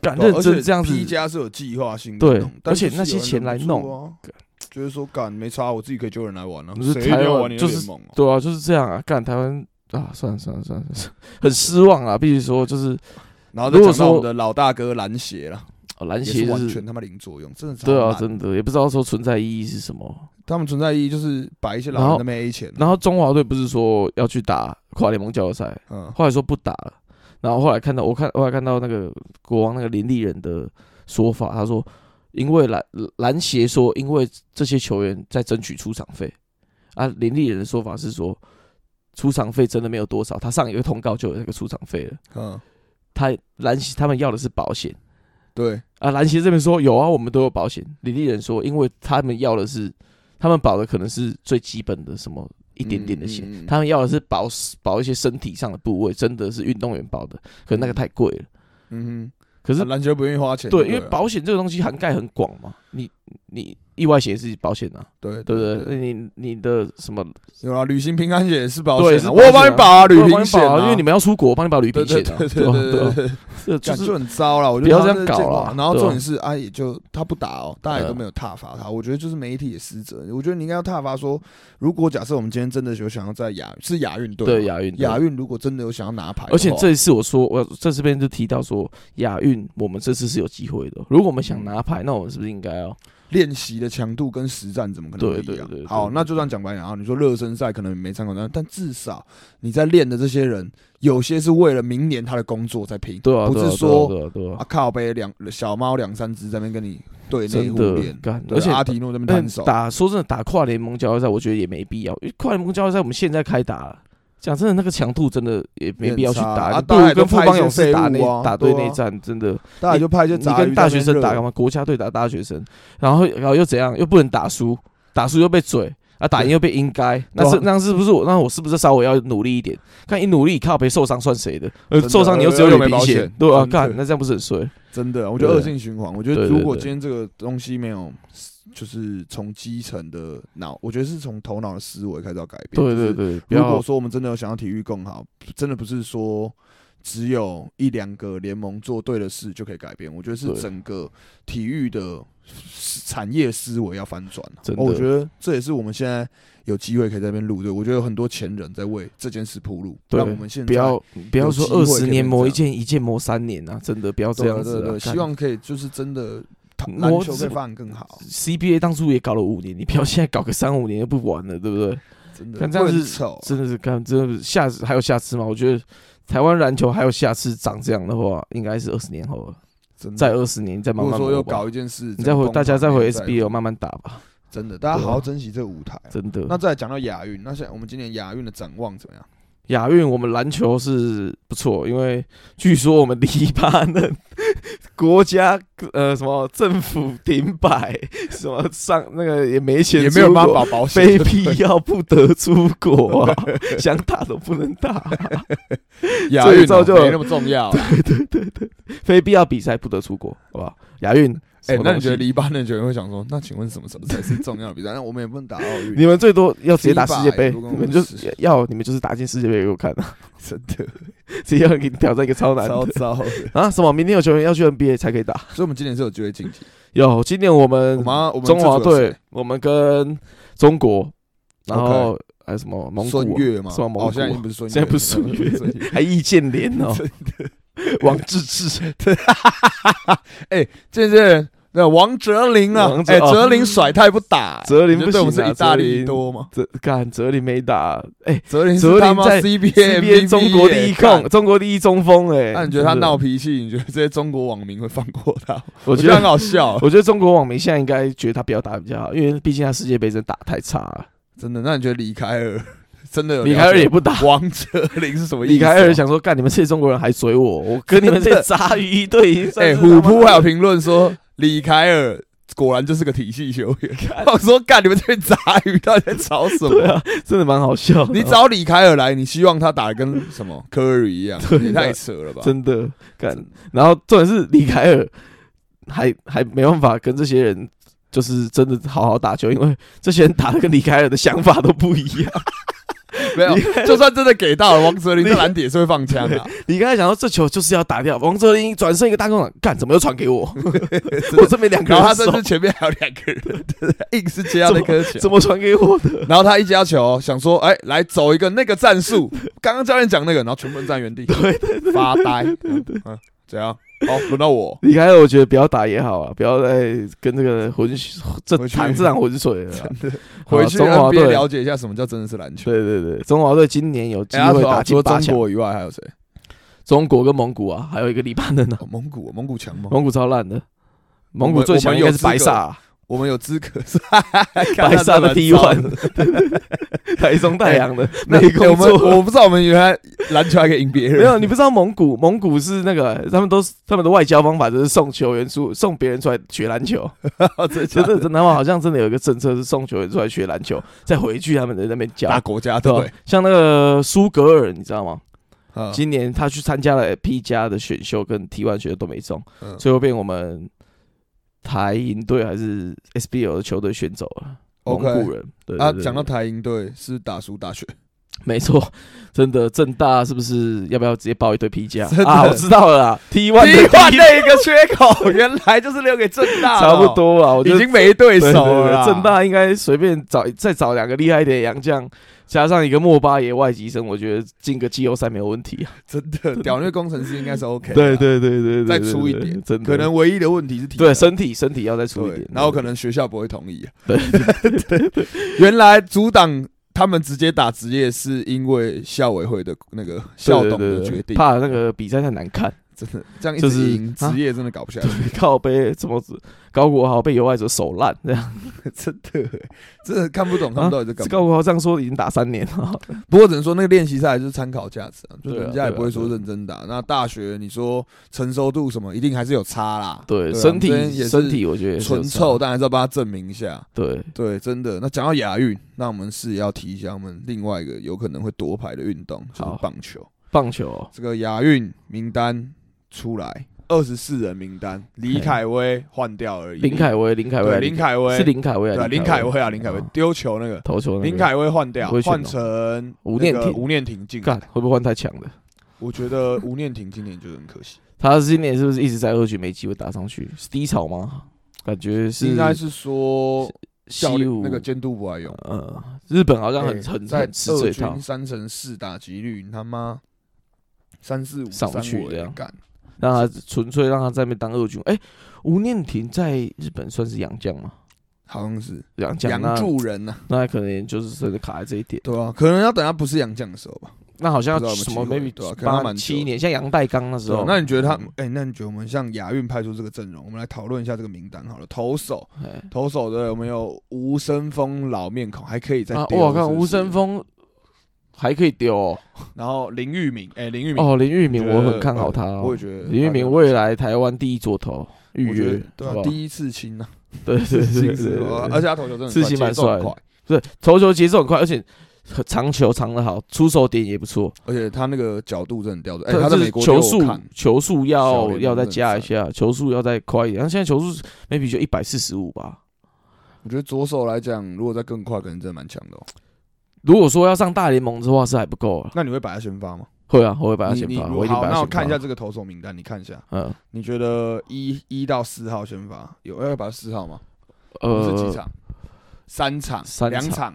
干对认真这样子，哦 P 加是有计划性的对弄，但而且就是那些有人钱忍来不住弄啊，就是说干没差，我自己可以救人来玩啊不。是谁一定台要湾玩你的就是联盟啊？对啊，就是这样啊，干台湾啊，算了算了算了， [laughs] 算了很失望啊，必须说就是然后再如果讲到说我们的老大哥篮协了，哦篮也协是就完是全他妈零作用，真的超对啊，烂嗯真的也不知道说存在意义是什么。他们存在意义就是把一些然老后人那边 A 钱啊，然后中华队不是说要去打跨联盟交流赛，嗯，后来说不打了，然后后来看到我看后来看到那个国王那个林立人的说法，他说因为篮篮协说因为这些球员在争取出场费，啊林立人的说法是说出场费真的没有多少，他上一个通告就有那个出场费了，嗯，他篮协他们要的是保险对，啊，篮协这边说有啊，我们都有保险，林立人说因为他们要的是他们保的可能是最基本的什么。一点点的险，嗯嗯嗯他们要的是保保一些身体上的部位，真的是运动员保的，可那个太贵了。嗯哼，可是啊篮球不愿意花钱就对对，因了，为保险这个东西涵盖很广嘛，你你意外险也是保险啊，对对不对，对？你你的什么有啊，旅行平安险也是保对险是啊，保我有帮险你啊保啊，旅我帮行你险保啊，因为啊你。们要出国，我帮你保旅对行对险啊，对吧对对对吧，对，这就感是觉很糟了。我觉得不要他这们样就是搞健忘啦然后对啊啊重点是，哎，也就他不打哦，大家也都没有挞伐他。我觉得就是媒体也失责。我觉得你应该要挞伐说，如果假设我们今天真的有想要在亚是亚运队嘛，对亚运亚运。运如果真的有想要拿牌的话，而且这一次我说，我在这边就提到说，亚运我们这次是有机会的。如果我们想拿牌，那我们是不是应该要？练习的强度跟实战怎么可能不对一样对对对？好，对那就算讲白点啊，你说热身赛可能没参考到，但至少你在练的这些人，有些是为了明年他的工作在拼，对啊，不对啊是说对啊对啊对啊啊，靠背两小猫两三只在那边跟你对内真互的练，干，对啊而且阿提诺在那边但摊手，打说真的，打跨联盟交流赛，我觉得也没必要，因为跨联盟交流赛我们现在开打了，讲真的，那个强度真的也没必要去很差啊打，你不如跟富邦大家也勇都派一些士打废内物啊打队对啊内战，真的，大家就派一些你杂鱼跟大学生在打那边干嘛？国家队打大学生，然后然后又怎样？又不能打输，热打输又被嘴啊，打赢又被应该，那是对啊那是不是我？那我是不是稍微要努力一点？看一努力，靠别受伤算谁的？呃真，的受伤你又只有又脸没皮保险险，对啊，真的看那这样不是很衰？真的，我觉得对恶性循环。我觉得对如对果对今天这个东西没有，就是从基层的脑，我觉得是从头脑的思维开始要改变。对就是对对，不如果要说我们真的有想要体育更好，真的不是说只有一两个联盟做对的事就可以改变。我觉得是对整个体育的产业思维要翻转、啊真的哦我觉得这也是我们现在有机会可以在那边录对，我觉得有很多前人在为这件事铺路，对让我们现在不要不要说机二会可以十年变磨一这剑，一剑磨三年啊！真的不要这对啊样子对啊对，！希看望可以就是真的篮我球只可以发展更好， CBA 当初也搞了五年，你不要现在搞个三五年就不玩了，对不对？真的看这样会很子丑，啊真的是看，真的是下次还有下次吗？我觉得台湾篮球还有下次长这样的话，应该是二十年后了，真的再二十年你再嗯如慢果慢说又磨吧。搞一件事，你再回真的大家再回再 SBL 慢慢打吧，真的，大家对啊好好珍惜这个舞台啊。真那的。再来讲到亚运，那现在我们今年亚运的展望怎么样？亚运我们篮球是不错，因为据说我们黎巴嫩国家呃什么政府停摆，什么上那个也没钱，办法保非必要不得出国啊，想打都不能打、亚运这个哦造就没那么重要啊。 [laughs] 非必要比赛不得出国，好不好？亚运，哎什么，那东你西觉得黎巴嫩球员会想说，那请问什么时候才是重要的比 [laughs] 赛？那我们也不能打奥运，你们最多要直接打世界 FIFA 杯，也不跟我你们们就试要你们就是打进世界杯给我看啊！ [laughs] 真的直接要给你挑战一个 [laughs] 超难超的糟的。啊！什么？明天有球员要去 NBA 才可以打？所以我们今年是有机会晋级。有，今年我我们们要我们中华这组有队谁，我们跟中国，然后还有什么蒙古孙啊，悦嘛，什么蒙古哦，现在已经不是孙悦，现在不是孙悦还易建联 [laughs] 哦，王治郅，这些人，那王哲林啊王，哲哎，哦哲林甩太不打，哎哲林你觉不得对我们行是啊，意大哲利林多吗？这干哲林没打，哎、哲林哲是林他妈在 CBA CBA 中国第一控控，。中国第一中锋、哎，那你觉得他真的闹？脾气，你觉得这些中国网民会放过他？我我觉觉得很得，好笑， [laughs] 我觉得中国网民现在应该觉得他不要打比较好，因为毕竟他世界杯真的打得太差了。 [laughs] 真的。那你觉得李凯尔 [laughs] 真的有了解？李凯尔也不打，王哲林是什么意思？啊李凯尔，想说，干你们这些中国人还嘴我，我 [laughs] 跟你们这些杂鱼一对已经算哎，是虎扑还有他妈评论说李凯尔果然就是个体系球 [laughs] 员。我说干，你们这群杂鱼到底在吵什对么？啊，真的蛮好笑的。你找李凯尔来，你希望他打得跟什么科瑞一样？ [laughs] 对啊也太扯了吧！真的干，然后重点是李凯尔还还没办法跟这些人。就是真的好好打球，因为这些人打的跟李凯尔的想法都不一样。没 [laughs] 有，就算真的给到了王哲林，这篮底也是会放枪的。啊李凯尔想到这球就是要打掉，王哲林转身一个大空档，干怎么又传给 [laughs] 我？我这边两个然后他人甚手至前面还有两个人，硬是接到那颗球。怎么传给 [laughs] 我的？然后他一接到球，想说，哎，来走一个那个战术，刚刚教练讲那个，然后全部人站原地，对发呆，嗯，嗯怎样？好，轮到我，李凯尔，我觉得不要打也好啊，不要再跟这个浑水这回去淌这场浑水了啊。好回去中华 NBA 队，了解一下什么叫真的是篮球。对对对，中华队今年有机哎，他会说除打进了八中强，国以外还有谁？中国跟蒙古啊，还有一个黎巴嫩啊，哦蒙古，蒙古强吗？蒙古超烂的。蒙我古们最强应该是我白们有资格萨啊，我们有资格是 [laughs] 白萨的第一环。环，台中太阳的那没哎我工们作。我不知道我们原来篮球还可以赢别人， [laughs] 没有，你不知道蒙古，蒙古是那个他们都是他们的外交方法就是送球员出送别人出来学篮 [laughs] 球，哦这真的真的，他们好像真的有一个政策是送球员出来学篮球，再回去他们在那边教打。国家对吧啊队，像那个苏格尔，你知道吗？嗯今年他去参加了 P 加的选秀跟 T 1选秀都没中，嗯最后被我们台银队还是 SBL 的球队选走了。蒙 OK 古人，对啊，对对讲到对台银队是打输大学，没错，真的正大是不是要不要直接报一堆 P 加真的啊？我知道了啦，T 1 T 的 one 的一个缺口，原来就是留给正大哦了差不，多啊，我觉已得经没对手了啦。正大应该随便找再找两个厉害一点的洋将，加上一个莫巴爷外籍生，我觉得进个季后赛没有问题啊。 [laughs] 真 [laughs] 的屌虐工程师应该是 OK，的对对对对对，再对出一对点真的啊可能唯一的问题是体对能身体身体要再出一对点，，然后可能学校不会同意、啊。 [laughs] 对原来阻挡他们直接打职业，是因为校委会的那个校对董对的对决定。怕那个比赛太难看， [laughs] 真的这样一就是直赢，啊职业真的搞不下去，靠背怎么子高国豪被有爱者手烂这样，真的欸真的看不懂他们到底在这干嘛。高国豪这样说已经打三年了， [laughs] 不过只能说那个练习赛就是参考价值啊，就对啊人家也对啊不会说对啊认真打。那大学你说成熟度什么，一定还是有差啦。对啊身我们这边体也是身体我觉得也是有纯差臭，，但还是要帮他证明一下。对对，真的。那讲到亚运，那我们是也要提一下我们另外一个有可能会夺牌的运动，就好是棒球。棒球这个亚运名单出来，二十四人名单，李凯威换掉而已。林凯威林凯威对还林凯威是林凯威还对啊是林凯威啊，林凯威哦丢球那个，投球那个林凯威换掉不会，选哦换成吴念那个挺吴念挺进来干。会不会换太强了？我觉得吴念挺今年就是很可惜，他今年是不是一直在二局没机会打上去？是低潮吗？感觉 [laughs] 是应该是说教西练武那个监督不爱用，呃，日本好像很欸很在很吃这二一套军，三乘四打击率，你他妈三四五上不三去五这也样干，让他纯粹让他在那边当二军。哎，吴念婷在日本算是洋将吗？好像是洋将杨那助人呐，那可能就是真的卡在这一点。对啊，可能要等他不是杨将的时候吧。那好像不知道要有没有什么机会 maybe 对啊可能他八蛮久七的年，像杨代刚那时对啊候。嗯那你觉得他？哎，那你觉得我们像亚运派出这个阵容，我们来讨论一下这个名单好了。投手，哎投手的我们有吴森峰老面孔，还可以再啊，丢我是看不吴是森，峰还可以丢哦。然后林玉敏，哎，林玉敏，哦，林玉明我很看好他我哦也。觉得林玉明未来台湾第一左投预我觉约得，对啊好不，好第一次亲 [laughs] 啊，对对对对亲对是啊对吧，而且他投球真的很刺快青蛮节奏很帅的快，不是投球节奏很快，而且很长球长得好，出手点也不错。而且他那个角度真的很标准，哎，特他在就美是国球球速看，球速小要联要盟再真的加一很下，球速要再快一点。然后现在球速 maybe 就一百四十五吧。我觉得左手来讲，如果再更快，可能真的蛮强的哦。如果说要上大联盟的话，是还不够了。那你会摆他先发吗？会啊，我会把他你先你发，如啊我一定好，把那他我先看一发下。这个投手名单，你看一下，嗯，你觉得一一到四号先发有要把四号吗？是几呃，场？三场三，两场场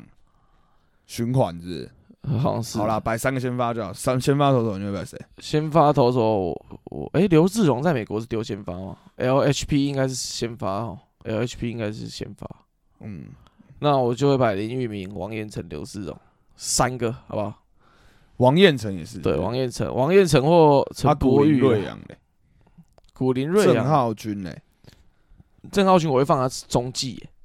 循环是不是？好像是。好啦，，摆三个先发就好。三先发投手你会摆谁？先发投手，我我哎，刘志荣在美国是丢先发吗？LHP 应该是先发哦，LHP 应该是先发。嗯，那我就会把林玉明、王彦辰、刘志荣三个，好不好？王彦辰也是，对，王彦辰、王彦辰或他陈古柏林宇瑞啊、阳嘞，古林瑞郑阳、啊浩君嘞，郑浩群，我会放他中继耶。哦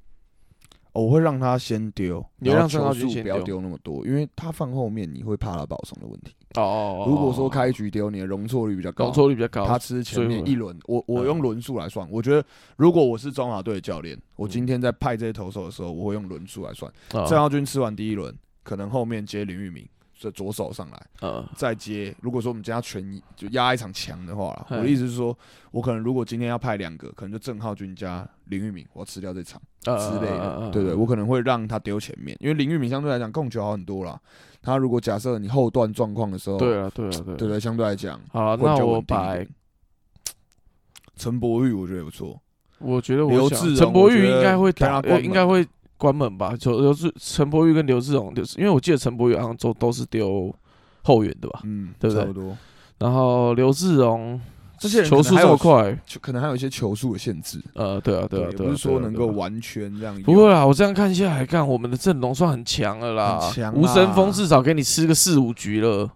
我会让他先丢，你会让然后郑浩君球速先不要丢丢那么多，因为他放后面你会怕他保送的问题。哦哦，哦如果说开局丢，你的容错率比较高容，错率比较高，他吃前面所以一轮，我我嗯用轮数来算。我觉得如果我是中华队的教练，我嗯今天在派这些投手的时候，我会用轮数来算。哦郑浩君吃完第一轮，可能后面接林玉明，这左手上来呃再接。如果说我们今天要全一就压一场强的话啦，嘿我的意思是说，我可能如果今天要派两个，可能就郑浩君加林玉明，我要吃掉这场呃之类呃呃的。呃对对，我可能会让他丢前面，因为林玉明相对来讲控球好很多啦。他如果假设你后段状况的时候，嗯对了对了对对了，对，相对来讲，好了，会比那较我稳定一把点。陈柏宇我觉得也不错，我觉得刘我想志荣陈柏我宇觉得应该会打，可以让他关门呃应该会关门吧？就刘志陈柏宇跟刘志荣，就是因为我记得陈柏宇好像都都是丢后援的吧，嗯，啊对不对差不多。然后刘志荣这些人球可速能还这么有快，球，可能还有一些球速的限制，呃，对啊对啊也对啊，不是对说啊能对够啊完全这样用。不会啦，啊我这样看下来，看我们的阵容算很强了啦很强，啊吴森峰啦至少给你吃个四五局了，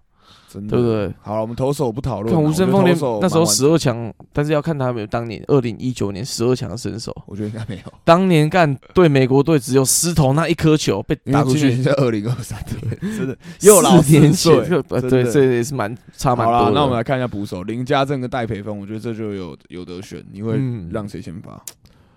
真的对不？对？好了，我们投手不讨论啦。看吴森峰我觉连得投手那时蛮候完十，二强，但是要看他有没有当年二零一九年十二强的身手。我觉得应该没有，当年干对美国队只有狮头那一颗球被因打为出今去年，是二零二三，对，真的又老四年四岁前呃真对，的这也是蛮差蛮好多啦的。，那我们来看一下捕手林家正跟戴培峰，我觉得这就有有得选。你会嗯让谁先发？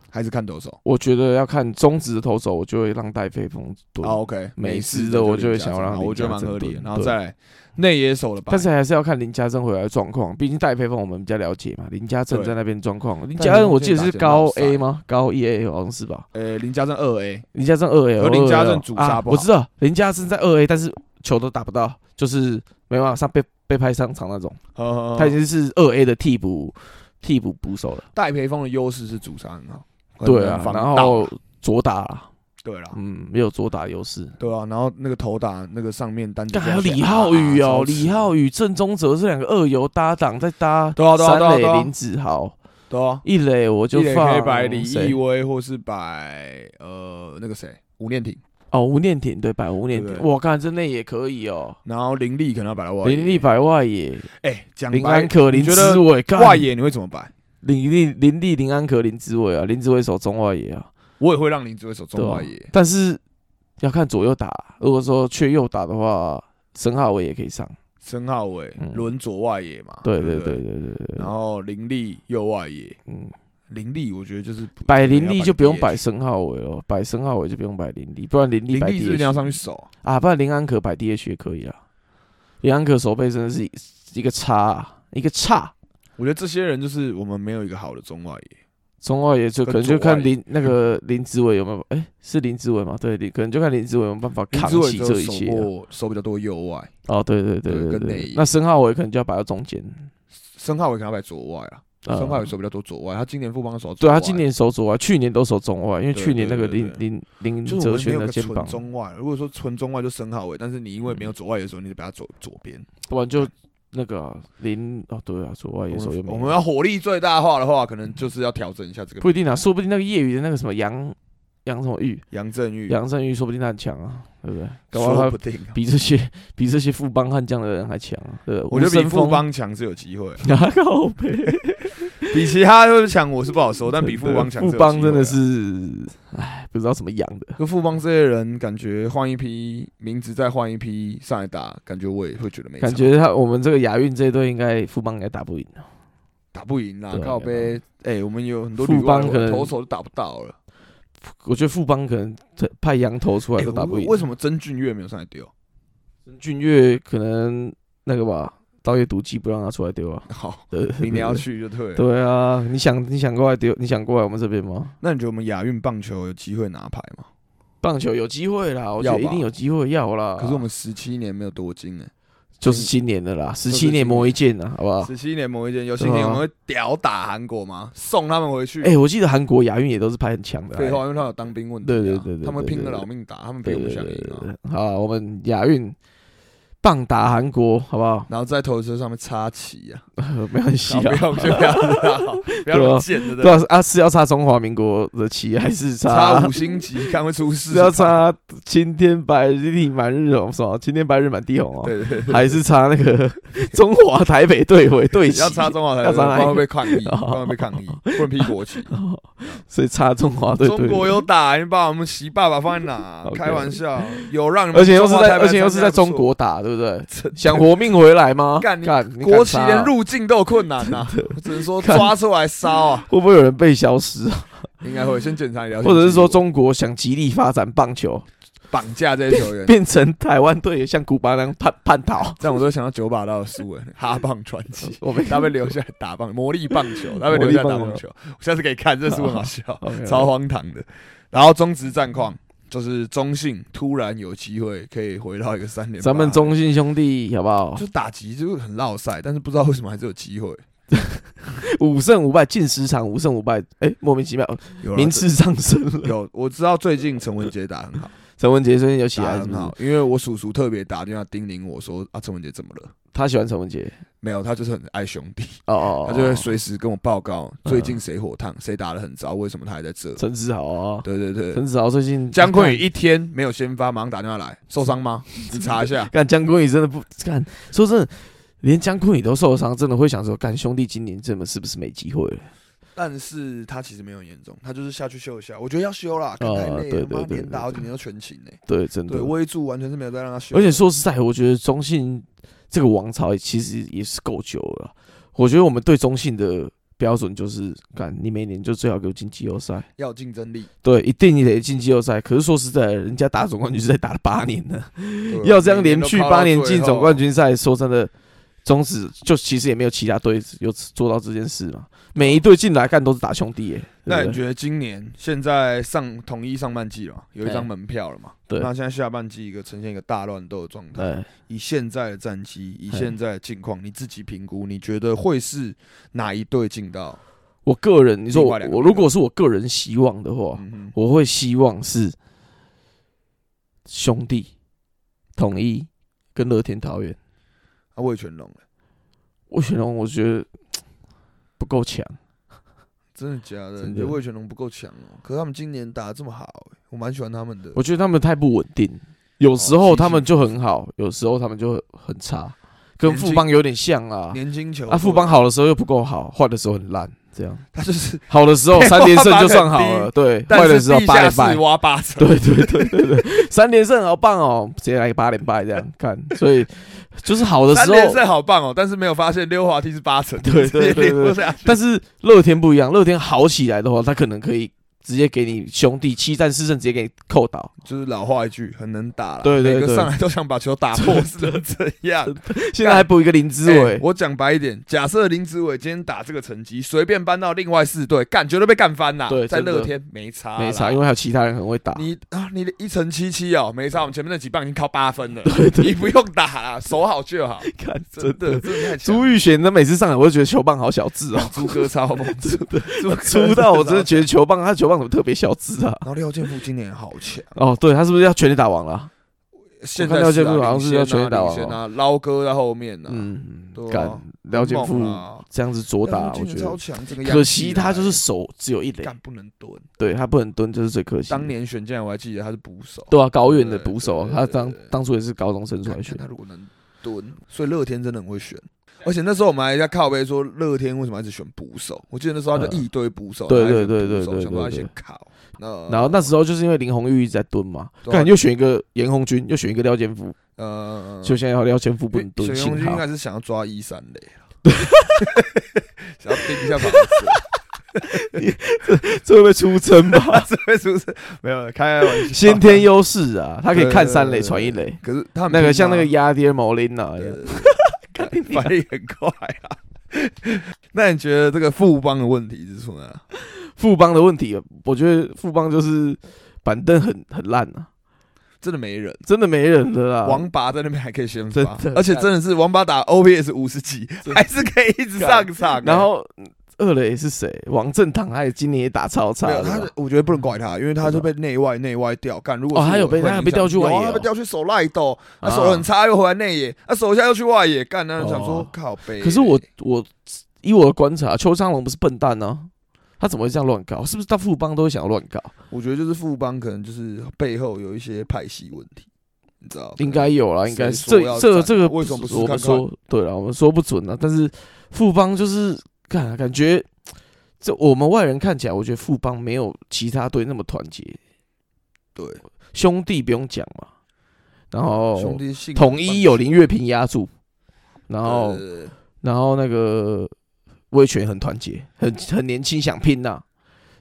还是看投手？我觉得要看中职的投手，我就会让戴飞峰蹲，啊，OK，美式式的我就会林家想正要让好林我觉得家蛮正合理的。蹲然后对再来内野手的吧，但是还是要看林家正回来的状况，毕竟戴培峰我们比较了解嘛。林家正对在那边状况，林戴家培正峰我现记得在是打高得很 A 吗？高一 A 好像是吧？呃，林家正二 A，林家正二 A，可林家正主杀啊，不我好知道林家正在二 A，但是球都打不到，就是没办法上被被派上场那种。他他已经是二 A 的替补替补捕手了。戴培峰的优势是主杀很好，对啊，很能防然盗后左打啦，对啦，嗯，没有左打优势。对啊，然后那个头打那个上面单但打，还有李浩宇啊哦，李浩宇、郑宗哲这两个二游搭档在搭对啊对啊对啊三对垒啊林子豪，对啊，一垒我就一垒放可以摆李谁易威或是摆呃那个谁吴念挺，哦，吴念挺对，百无念对挺，不对我看真的也可以哦，然后林立可能要摆到外野，林立百外野，哎，讲林白安可、你林觉志得伟，干外野你会怎么摆？林立、林立、林安可、林志伟啊，林志伟守中外野啊，我也会让林志伟守对啊中吧外野，但是要看左右打，如果说缺右打的话，申浩伟也可以上，申浩伟嗯欸轮左外野嘛，对啊对对不对，对对对，然后林立右外野，嗯，林立我觉得就是不摆可能林要立就不用 DH 摆申浩伟了，摆申浩伟就不用摆林立，不然林立林摆立是不是一定要 DH 上去守啊，啊，不然林安可摆 DH 也可以啊，林安可手背真的是一一个差啊，一个差。我觉得这些人就是我们没有一个好的中外野，中外野就可跟能就左外看野林那个林志伟有没有，哎、是林志伟吗？对，林可能就看林志伟有没有办法林扛志伟起只有这一守切啊、过守比较多右外，哦，对对对对对跟内对野，那申浩伟可能就要摆到中间。申浩伟可能要摆左外啊，呃申浩伟守比较多左外，啊他今年富邦守左对啊外他今年守左外，去年都守中外，因为对去年那个对对林林林就是我们哲没轩有的个肩纯膀，嗯中外，如果说纯中外就申浩伟，但是你因为没有左外野的时候，你就把他左左边。不然就那个啊林哦，对啊，左外野我手又们没我有们要火力最大化的话，可能就是要调整一下这个不一定啊，说不定那个业余的那个什么杨杨什么玉杨振玉，杨振玉，说不定他很强啊，对不对？搞不好说他不定啊。比这些比这些富邦悍将的人还强啊，对不对，我觉得吴比森富峰邦强是有机会啊， [laughs] 拿靠背。比其他就是强我是不好说， [laughs] 但比富邦强。富邦真的，是，哎，不知道什么养的。啊跟富邦这些人感觉换一批名字，再换一批上来打，感觉我也会觉得没差感觉他我们这个亚运这一队应该富邦应该打不赢啊打不赢啦，对啊靠背。哎，我们有很多富女邦棒可能投手都打不到了，我觉得富邦可能派羊头出来哎都打不赢。为什么曾俊岳没有上来丢？俊岳可能那个吧，刀业毒鸡不让他出来丢啊。好，对， [laughs] 明年 [laughs] 要。去就对了。对啊，你想你想过来丢，你想过来我们这边吗？那你觉得我们亚运棒球有机会拿牌吗？棒球有机会啦，我觉得要一吧定有机会要啦。可是我们十七年没有夺金哎，就是今年的啦，十是七年磨一剑啊呐，好不好？十七年某一件，有信年对啊我们会屌打韩国吗？送他们回去？哎，我记得韩国亚运也都是派很强的啊。废话，因为他有当兵问题啊，对对对对对他们拼了老命打，他们比对我们对想对赢对啊。对，好，我们亚运棒打韩国，好不好？ [laughs] 然后在头车上面插旗啊，没关系不啊。要就不要了，不要那么贱的， [laughs] 对啊，啊是要插中华民国的旗，还是插插五星旗看会出事，是要插青天白日 [laughs] 满日红什么？青天白日满地红哦，对对对，还是插那个 [laughs] 中华台北队徽队旗？要插中华台，要插不哪一个然会被抗议，哦不然会被抗议，不能批国旗。哦，所以插中华队中队国徽。有打，你把我们习爸爸放在哪？ OK 开玩笑，有让你们而且又是中华在，台北而且又是在参加不中错国打，对不对？真的想活命回来吗？干干你，你国敢啊旗插连入境都有困难呐、我只能说看抓出来烧啊，会不会有人被消失啊？ [laughs] 应该会先检查一下，或者是说中国想极力发展棒球，绑架这些球员，变成台湾队也像古巴那样叛 [laughs] 叛逃。这样我都想到九把刀的苏文哈棒传 [laughs] 奇，我们他被留下来打棒，魔力棒 [laughs] 球，他被留下来打棒球，我下次可以看，这苏文好笑，啊超荒唐的。然后中职战况就是中信突然有机会可以回到一个三连，咱们中信兄弟好不好？就打击就是很落赛，但是不知道为什么还是有机会， [laughs] 五胜五败，近十场五胜五败，哎、莫名其妙，有啦啊名次上升了。有我知道最近陈文杰打 [laughs] 很好。陈文杰最近有起打来得是很不是？好，因为我叔叔特别打电话叮咛我说：“啊，陈文杰怎么了他喜欢陈文杰？”没有，他就是很爱兄弟，哦哦，哦嗯他就会随时跟我报告最近谁火烫，谁打得很糟，为什么他还在这？陈志豪啊，对对对，陈志豪最近。姜昆宇一天没有先发，马上打电话来，受伤吗？你查一下 [laughs] 干江坤宇真的不干，说真的。连姜昆宇都受伤，真的会想说，干兄弟今年真的是不是没机会了？但是他其实没有很严重，他就是下去休一下，我觉得要休啦，干哦太累对了，对啊妈对连打对好几年都全勤呢。对，真的对，。威助完全是没有再让他休而。且说实在，我觉得中信这个王朝其实也是够久了啦。我觉得我们对中信的标准就是，干你每年就最好给我进季后赛，要有竞争力，对，一定你得进季后赛。可是说实在的，人家打总冠军赛打了八年了，对啊 [laughs] 要这样连续八年进总冠，每军赛，说真的，中止就其实也没有其他队有做到这件事嘛。每一队进来干都是打兄弟、耶，都靠到最后那对你不对觉得今年现在上统一上半季了嘛，有一张哎门票了嘛？对那现在下半季一个呈现一个大乱斗的状态。哎，以现在的战绩，以嘿现在的境况，你自己评估，你觉得会是哪一队进到？我个人，你说另我外两个我如果是我个人希望的话，嗯哼我会希望是兄弟、统一跟乐天桃园。啊，魏全龙了，我选龙，我觉得不够强，真的假的？真的你觉得魏全龙不够强哦？可是他们今年打得这么好、欸我蛮喜欢他们的。我觉得他们太不稳定，有时哦候是他们就很好，有时候他们就很差，跟年轻富邦有点像啊。年轻球啊，富邦，好的时候又不够好，坏的时候很烂，这样。他 [laughs] 就是好的时 [laughs] 候三连胜就算好配合了，对，但坏的是时候地八下连室败，挖八成，对对对对对，三连胜好棒哦，直接来个八连败这样看，所以就是好的三时连候，胜好棒哦，但是没有发现溜滑梯是八成，对对对对直接溜下去但是乐天不一样，乐天好起来的话，他可能可以直接给你兄弟七战四胜，直接给你扣倒， [laughs] 就是老话一句，很能打了，对对每个对上来都想把球打破，是能怎样？现在还补一个林之欸伟，我讲白一点，假设林子伟今天打这个成绩，随便搬到另外四队，干绝对被干翻啦。对在真的乐天没差，没差，因。为还有其他人很会打，你啊，你的一乘七七哦，没差。我们前面那几棒已经靠八分 [laughs] 了，你不用打啦，守好就好。看真的，。真的太强了朱玉贤，他每次上来我就觉得球棒好小智哦，朱哥超 [laughs] 猛， [laughs] 真的出到我真的觉得球棒，他球棒怎么特别小智啊？然后廖健富今年好强，哦，对他是不是要全力打王了啊？现看在廖是健啊富好像领是先要啊全垒打王哦领先啊，捞哥在后面呢。嗯对，啊干廖健很富猛啊这样子左打，廖我健富觉今年超得强，这个可惜他就是是手只有一垒，啊干不能蹲。对他不能蹲，就是最可惜的。当年选进来我还记得他是捕手，对啊，高远的对捕手，对他对当对当初也是高中生出来看选看他。如果能蹲，所以乐天真的很会选。而且那时候我们还在靠背说乐天为什么一直选捕手，我记得那时候他就嗯一堆捕手，对然后还选对对捕对手对想对说他对先考。那然后那时候就是因为林红玉一直在蹲嘛，对啊看又选一个严红军，又选一个廖健富，呃，就现在要廖健富不能水熊蹲，幸军应好该是想要抓一三垒 [laughs] 啦想要盯一下房子，哎这会不会出征吧？这位是不是没有开玩 [laughs] 笑？先天优势啊，他可以看三对对垒对传一垒，可是他很那个拼像那个啊亚爹毛林啊一样，对对对 [laughs] 反应很快啊。那你觉得这个富邦的问题是什么啊呢？富邦的问题，我觉得富邦就是板凳很很烂啊，真的没人。真的没人了啊啦。王拔在那边还可以先发，呃真的而且真的是王拔打 OPS 五十几，真的还是可以一直上场、啊然后嗯二垒是谁？王正堂，他也今年也打超差啊没有的哎他是吧，，我觉得不能怪他，因为他就被内外内外调干。如果哦是他有我被会他有影被响调去有外啊野他被哦调去守赖斗，他啊守得很差又回来内野，他守一下又去外野干，那就想说哦靠背。可是我我以我的观察，邱昌龙不是笨蛋呢、他怎么会这样乱搞？是不是到富邦都会想要乱搞？我觉得就是富邦可能就是背后有一些派系问题，你知道？应该有啦，应该谁是说这要这战这个为什么不试我看看们说对了，我们说不准啊。但是富邦就是看感觉，这我们外人看起来，我觉得富邦没有其他队那么团结。对兄弟不用讲嘛，然后兄弟性哦统一有林哦月平压住，然后对对对然后那个威权很团结，很很年轻想拼呐、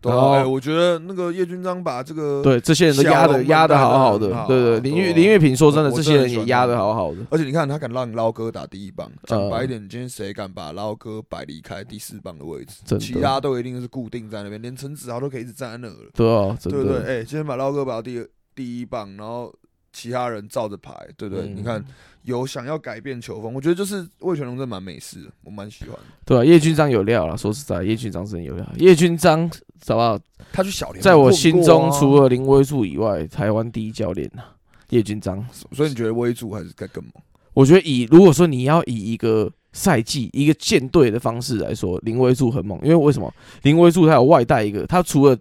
对然啊后哎我觉得那个叶军章把这个对，这些人都小压龙的门压的打得好好很的，好对对。林对月啊林月平说真的，我这真些的人喜也欢压他的们好好的。而且你看，他敢让捞哥打第一棒，讲白一呃点，今天谁敢把捞哥摆离开第四棒的位置？真的其他都一定是固定在那边，连陈子豪都可以一直站在那了，对啊，真对的不对？哎、今天把捞哥摆到第二第一棒，然后其他人照着排，对不对？嗯你看，有想要改变球风，我觉得就是魏全龙真的蛮美式的，我蛮喜欢的。对啊，叶军章有料了，说实在，叶军章真的有料。叶军章，好不好？他去小联盟在我混过心中，啊除了林威柱以外，台湾第一教练呐、叶军章。所以你觉得威助还是该更猛？我觉得以如果说你要以一个赛季一个舰队的方式来说，林威柱很猛，因为为什么？林威柱他有外带一个，他除了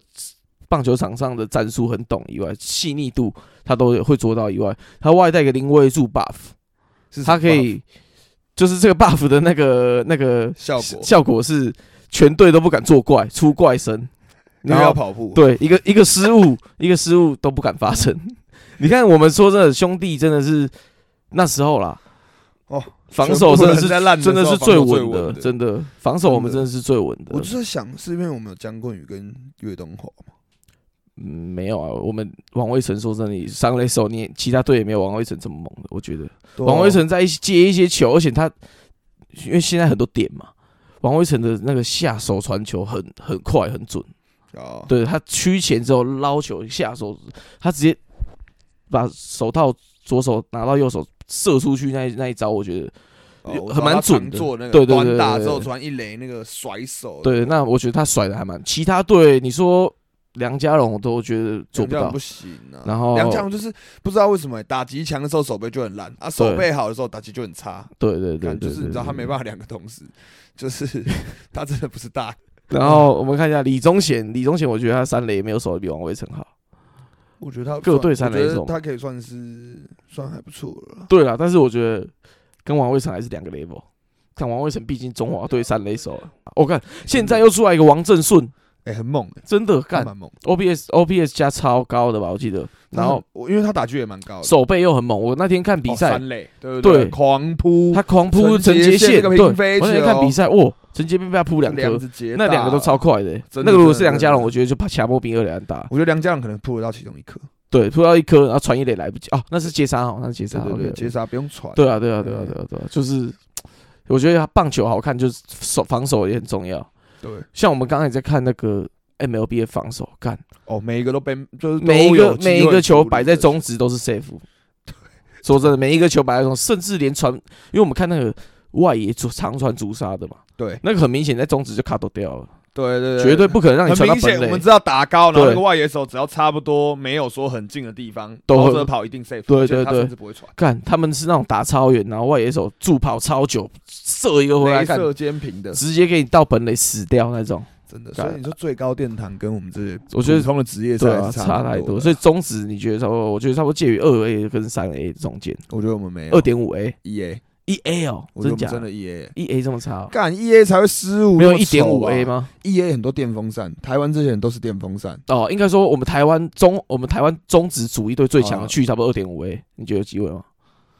棒球场上的战术很懂以外，细腻度他都有会做到以外，他外带一个林威柱 buff，是他可以就是这个 buff 的那个那个效果，效果是全队都不敢作怪出怪声，你要跑步，对，一个一个失误，一个失误都不敢发生。 [laughs] 你看，我们说真的，兄弟真的是那时候啦，哦，防守真的是全部人在烂的时真候的是最防稳守最稳的真的防守我们真的是最稳的我。就在想，是因为我们有江坤宇跟岳东华嘛？嗯，没有啊，我们王威成说真的，你上垒手你其他队也没有王威成这么猛的，我觉得对啊王威成在一起接一些球，而且他因为现在很多点嘛。王威成的那个下手传球很很快很准，啊，对他屈前之后捞球下手，他直接把手套左手拿到右手射出去那一那一招，我觉得哦有我很知道蛮他准常的做那个对对短对打对之后对突然一雷那个甩手，对。那我觉得他甩的还蛮。其他队你说梁家荣，我都觉得做梁不家到不。行啊。然后梁家荣就是不知道为什么、打极强的时候手背就很烂啊，手背好的时候打击就很差。对对对看，对，就是你知道他没法。 [laughs] 办法两个同时，就是他真的不是大然后我们看一下李宗贤，李宗贤我觉得他三垒没有守的比王威成好。我觉得他各队算三我觉垒手得他可以算是算还不错了啦。对啦，但是我觉得跟王威成还是两个 level。但王威成毕竟中华队三垒手了，我、看现在又出来一个王正顺，哎，很猛欸，真的干干蛮猛。 OPS OPS 加超高的吧，我记得，然后我因为他打距也蛮高的，手背又很猛。我那天看比哦赛，三垒对不对狂扑，他狂扑陈杰陈杰宪，宪那个对，平我飞那天球看比赛，哇，陈杰被被他扑两颗，子杰那两个都大超。快的欸。那真的个如果真的是梁真家的龙，我觉得就怕卡波比二两打，我觉得梁家朗可能扑得到其中一颗，对，扑到一颗，然后传一垒来不及哦，那是接杀哦，那是接杀对，对 OK，对，接杀不用传。对啊，对啊，对啊，对啊，对啊，就是我觉得棒球好看，就是手防守也很重要。对，像我们刚才在看那个 MLB 的防守，干哦，每一个都被就是都每一有个机会每一个球处理摆在，中职都是 safe。说真的，每一个球摆在中，甚至连传，因为我们看那个外野主长传主杀的嘛，对那个很明显在中职就卡都掉了，对对对，绝对不可能让你很传到明显，本我们垒。知道打高，然后对那个外野手只要差不多没有说很近的地方，都会跑者跑一定 safe，对对而且他对甚至不会传。干，他们是那种打超远，然后外野手助跑超久，射一个回来镭干，射肩平的，直接给你到本垒死掉那种。真的。干所以你说最高殿堂跟我们这些，我觉得从的职业对赛啊，是差太太多。多的。所以中指你觉得差不多？我觉得差不多介于二 A 跟三哎 A 中间，我觉得我们没有二点五 A、 E A，一 A 哦，我觉得真我假们？真的 E A，一 A 这么差哦？干 E A 才会失误，没有一点五 A 吗？ ？E A 很多电风扇，台湾这些人都是电风扇，哦，应该说我们台湾中，我们台湾中指主一队最强的啊区域差不多二点五 A，你觉得有机会吗？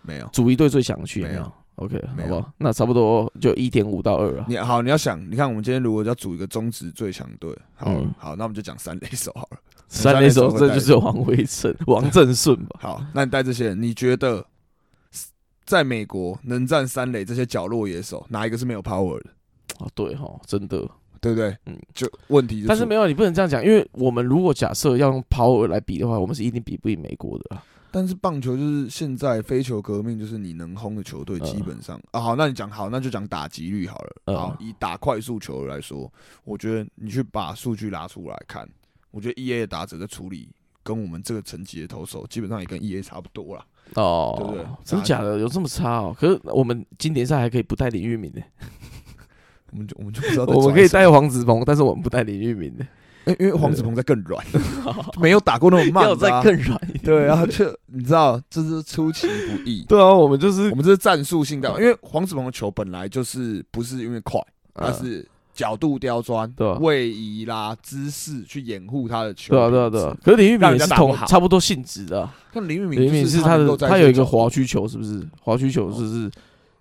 没有。主一队最强的区域没有有？OK，没好有不好？那差不多就一点五到二了。你好，你要想，你看我们今天如果要组一个中职最强队，好、嗯好，那我们就讲三垒手好了。三垒手三垒手这就是王威胜、王正顺吧？好，那你带这些人，你觉得在美国能站三垒这些角落野手，哪一个是没有 power 的？哦，对哈，真的。对不对？嗯嗯，就问题就但是出没有，你不能这样讲，因为我们如果假设要用 power 来比的话，我们是一定比不赢美国的啊。但是棒球就是现在非球革命，就是你能轰的球队嗯基本上、啊，好，那你讲好，那就讲打击率好了。嗯好，以打快速球来说，我觉得你去把数据拉出来看，我觉得 E A 的打者在处理跟我们这个层级的投手，基本上也跟 E A 差不多啦。哦，对不对真打假的有这么差哦？可是我们经典赛还可以不带林玉敏呢，我们就我们就不知道在我们哦讲可什以么带黄子鹏，但是我们不带林玉敏 [laughs] 的，因为因为黄子鹏在更 [laughs] 软，没有打过那种慢要的啊、再更软一点。。对，啊然后就你知道，这是出其不意对啊，我们就是我们这是战术性的，因为黄子鹏的球本来就是不是因为快，他嗯是角度刁钻对啊、位移啦、姿势去掩护他的球。对啊，对啊，对啊。。可是林玉敏让也人家是打不同好差不多性质的啊，但林玉敏，林玉敏是他能的，够在他有一个角度滑，曲球，是不是？滑曲球是不是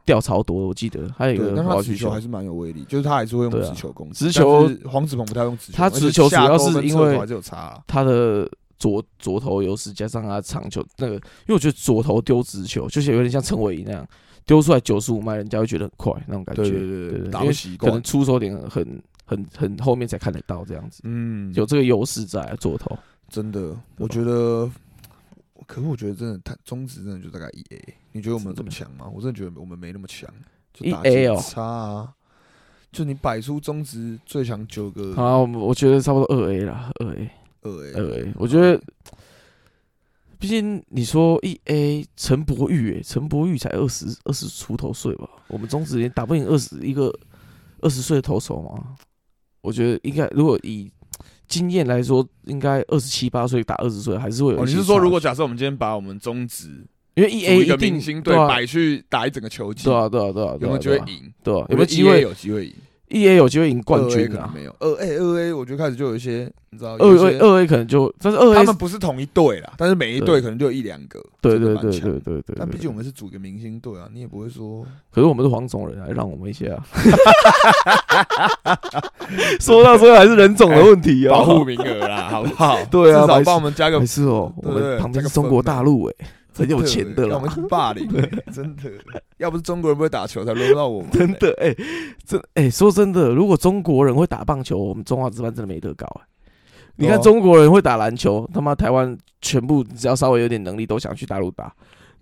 掉超多的？我记得还有一对，个但他滑直曲球还是蛮有威力，就是他还是会用对啊直球攻击。直球但是黄子鹏不太用直球，他而且直球主下要勾是跟因侧为头还是有差啊。他的左左投优势，加上他长球那个，因为我觉得左投丢直球就是有点像陈伟霆那样丢出来九十五迈，人家会觉得很快那种感觉。对对对对对，打因不为习可惯能。出手点很很很后面才看得到这样子，嗯，有这个优势在啊左投。真的，我觉得，可是我觉得真的，他中职真的就大概一 A。你觉得我们有这么强吗？我真的觉得我们没那么强，就打击 1A 哦差啊。就你摆出中职最强九个好啊，我们我觉得差不多二 A 啦，二 A 二 A，二 A，我觉得。毕竟你说一 A 陈柏宇，哎，陈柏宇才二十二十出头岁吧？我们中职连打不赢二十一个二十岁的投手嘛？我觉得应该，如果以经验来说，应该二十七八岁打二十岁还是会有一哦，你些是说差如距果假设我们今天把我们中职因为一组 A 一个定明星队对啊摆去打一整个球季，对啊对啊对啊，有没有机对啊会对啊赢？对啊，我有没觉得有机 1A 会？有机会赢？一 A 有机会赢冠 2A 军可能啊！没有，二 A 二 A，我觉得开始就有一些你知道，二有一 A 些二 A 可能就，但是二 A 他们不是同一队啦，但是每一队可能就有一两个，对真的对蛮对强对对对，但毕对竟我们是组一个明星队啊，你也不会说可是我们是黄种人啊，让我们一些啊。 [laughs] 说到最后还是人种的问题啊，保护名额啦，好不好？ [laughs] 对啊至白少痴帮我们加个还是哦，我对们对旁边这是个中分国嘛大陆哎，很有钱的让啦我，们去霸 [laughs] 凌，真的，要不是中国人不会打球，才轮不到我们。真的哎，真哎，说真的，如果中国人会打棒球，我们中华职棒真的没得搞哎。你看哦中国人会打篮球，他妈台湾全部只要稍微有点能力都想去大陆打。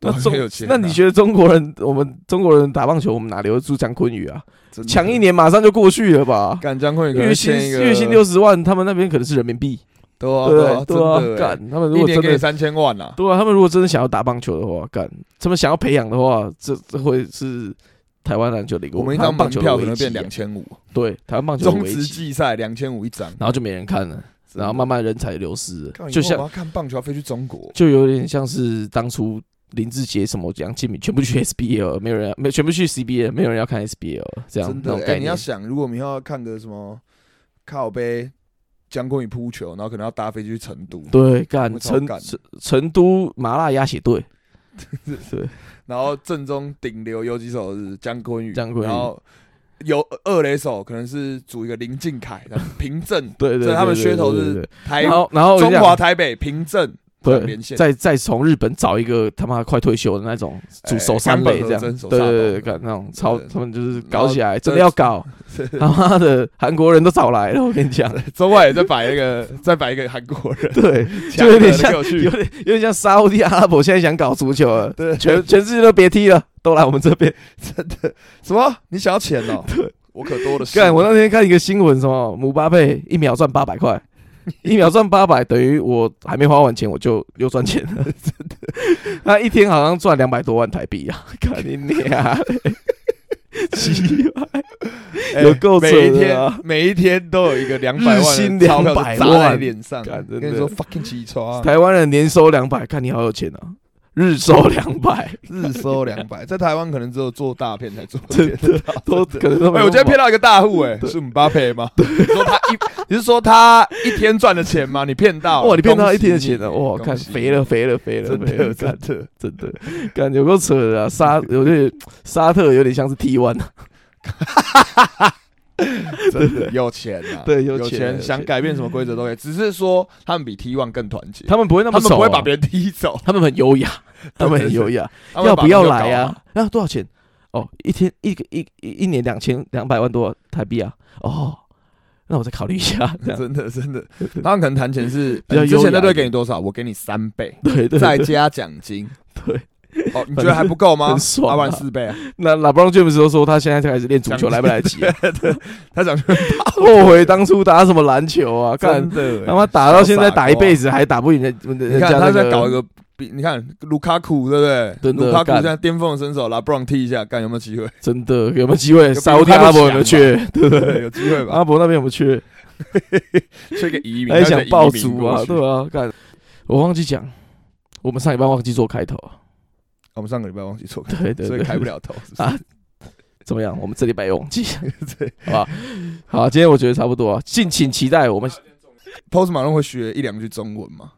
那对啊中很有钱啊那你觉得中国人，我们中国人打棒球，我们哪留得住张坤宇啊？真的抢一，年马上就过去了吧？嗯干张坤宇可能月薪签一个月薪六，十万，他们那边可能是人民币，对啊对对啊啊对啊，真的欸，干他们如一果年真给你的三千万啦，啊对啊，他们如果真的想要打棒球的话，干他们想要培养的话，这这会是台湾篮球的一个我们一台湾张门棒球的票可危能机啊变两千五，对，台湾棒球的中危职机，季赛两千五一张，然后就没人看了，然后慢慢人才流失了看以后就我像要看棒球要飞去中国，就有点像是当初林志杰什么杨敬敏全部去 SBL，没有人要没有全部去 CBL，没有人要看 SBL 这样真那的种，哎，概你要念。想，如果我们要看个什么靠杯江坤宇扑球，然后可能要搭飞机去成都，对，干我超成干成成都麻辣鸭血队，对，然后正中顶流游击手是江坤宇，江坤宇然后有二垒手可能是组一个林敬凯，这样平正，对对所以对，他们对噱头对是对对台 [laughs] 然后然后我跟中你讲华台北平正这样连对，线，再再从日本找一个他妈快退休的那种主哎手三冈垒本这样，和真手对对萨对，对博干那种超，对他们就是然搞后起来，这真的要搞， [laughs] 他妈的韩国人都找来了，我跟你讲，中外也在摆一个， [laughs] 再摆一个韩国 [laughs] 人，对，就 [laughs] 强有的点那像个有趣有点有点像沙烏地阿拉伯现在想搞足球了，对，全全世界都别踢了，都来我们这边。什么？你想要钱 [laughs] 哦？我可多的是。干，我那天看一个新闻，什么姆巴佩一秒赚八 [laughs] 百块，一秒赚八百，等于我还没花完钱，我就又 [laughs] 赚钱了，真的。他一天好像赚两百多万台币啊！看你娘嘞！奇怪，哎有够每扯一的啊天每一天都有一个两百万的日薪钞票200砸在万脸上，干真跟你的说 fucking 起 [laughs] 床，啊台湾人年收两百，看你好有钱啊！日收两 [laughs] 百，日收两百，在台湾可能只有做大片才 [laughs] 做得真的到都真的可能都没哎、有我今天骗到一个大户，哎，对是姆巴佩吗？你说他一， [laughs] 你是说他一天赚的钱吗？你骗到了，哇，你骗他一天的恭喜钱了，哇，恭看喜肥了，肥了，肥了，真肥的了看真的，真的，感觉有够扯的啊！沙 [laughs] 有点沙特有点像是 T one 啊，真的有钱啊，对有有钱有钱想改变什么规则都可以，只是说他们比 T One 更团结，他们不会那他么们熟啊、不会把别人踢 [laughs] 走，他们很优 [laughs] 雅，他们很优雅，他们要把不要朋友搞来好？啊？啊，多少钱？哦，一天一个一一一年两千两百万多台币啊！哦，那我再考虑 [laughs] 一下，这样真的真的，他们可能谈钱是 [laughs] 比较呃之优雅前那队一给点你多少，我给你三倍， [laughs] 对对再对加奖金。 [laughs] 对，哦，你觉得还不够吗很？八爽、万啊。四倍啊！ [laughs] 那拉布朗詹姆斯都说他现在才开始练足球，来不来得及、啊？他讲 [laughs] 后悔当初打什么篮球啊！真看的欸，他妈打到现在打一辈子。子还打不赢人，你人看家他那在搞一个比，你看卢卡库对不对？真的卢卡库干现在巅峰的身手，拉布朗踢一下，看有没有机 [laughs] 会？真的有没有机会？比沙特阿拉伯有没有缺？对不对，对？有机会 [laughs] 吧？阿伯那边有没有缺？缺个移民，还他想移爆民竹过啊？去对啊，干！我忘记讲，我们上一班忘记做开头啊，哦 [laughs] 我们上个礼拜忘记做开，对对所对，以开不了头。是不是 [laughs] 啊。怎么样？我们这礼拜也忘记，啊 [laughs] 好吧？好，今天我觉得差不多啊，敬请期待我们。 Post Malone 会学一两句中文吗？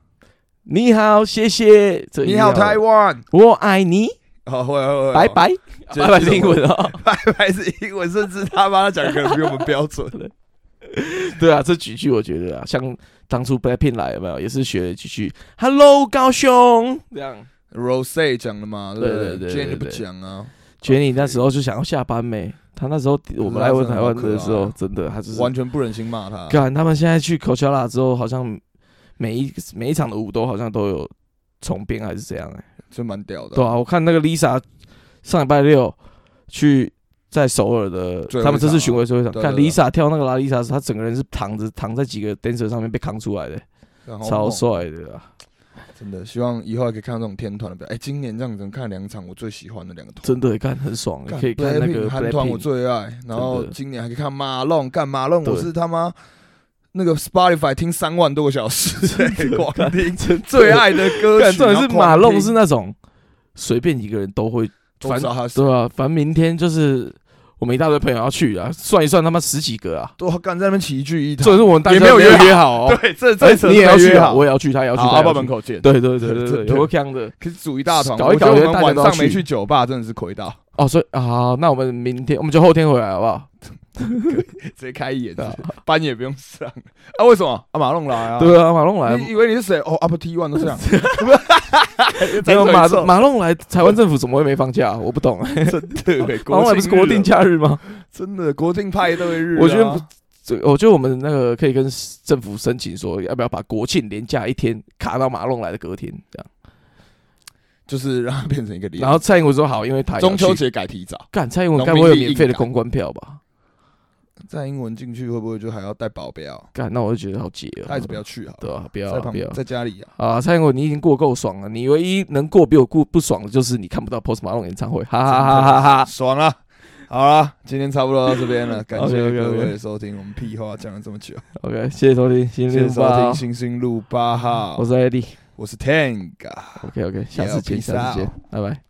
你好，谢谢。这你好，一定要台湾。我爱你，好，哦会会会，拜拜，这拜拜，这种是英文啊。 [laughs] 拜拜是英文，甚至他妈他讲的可能比我们标 [laughs] 准。对啊，这几句我觉得啊，像当初 Blackpink 来有没有，也是学了几句 “Hello 高雄”这样。 Rose 讲的嘛，对不对对对对 j e n 对就不对讲啊，觉得你那时候就想要下班没？他那时候我们来回台湾的时候，真的他就是啊完全不忍心骂他。干。他们现在去 Coachella 之后，好像每一每一场的舞都好像都有重编还是怎样哎、就蛮屌的。对啊，我看那个 Lisa 上礼拜六去在首尔的最后一场，啊他们这次巡回最后一场，对看对对 Lisa 跳那个拉 Lisa 时，她整个人是躺着躺在几个 dancer 上面被扛出来的，然后超哦帅的啊！真的希望以后还可以看到这种天团的表演。哎，今年这样子看两场我最喜欢的两个团，真的看很爽，欸干可以看那个 Blackpink 韩团我 Blackpink，最爱，然后真的今年还可以看马龙，干马龙对我是他妈那个 Spotify 听三万多个小 [laughs] 时，广听真的最爱的歌干曲。重点然是后马狂龙听是那种随便一个人都会，我反知道他是对啊，反正明天就是我们一大堆朋友要去啊，算一算他妈十几个啊，都干在那边齐聚一所堂，以说我们大家啊也没有约约好哦，对，这哎这你也要去啊，好，我也要去，他也要去，好他阿也要爸去门，口见。对 [laughs] 对对对真对，的有个强的可是组一大团，搞一搞我觉得我大家们都要晚上没去去酒吧真的是亏到， [laughs] 哦，所以啊，好那我们明天我们就后天回来好不好？直接开演对啊，班也不用上啊？为什么？啊，马龙来啊？对啊，马龙来，你以为你是谁？哦，Up T One 都这 [laughs] 样，没有马龙，马龙来，台湾政府怎么会没放假？我不懂，真的欸，马龙来不是国定日啊，假日吗？真的国定派对日啊，我觉得不这我觉得我们那个可以跟政府申请说，要不要把国庆连假一天卡到马龙来的隔天这样。就是让它变成一个礼。然后蔡英文说好，因为台中秋节改提早，干蔡英文农该民不会有历免费硬的改公关票吧？在英文进去会不会就还要带保镖？干，那我就觉得好解哦。他还是不要去好了，对啊，不要在啊旁不要在家里啊，啊！蔡英文，你已经过够爽了，你唯一能过比我过不爽的就是你看不到 Post Malone 啊演唱会，哈哈哈哈哈哈。爽啊！好啦，今天差不多到这边 [laughs] 了，感谢 OK，OK，OK 各位的收听，我们屁话讲了这么久， OK，谢谢收听，谢新谢年收快听乐！《星星路八号我》，是 AD。我是 Tang， OK OK，下次 Yeah，见， peace 下次见，拜拜。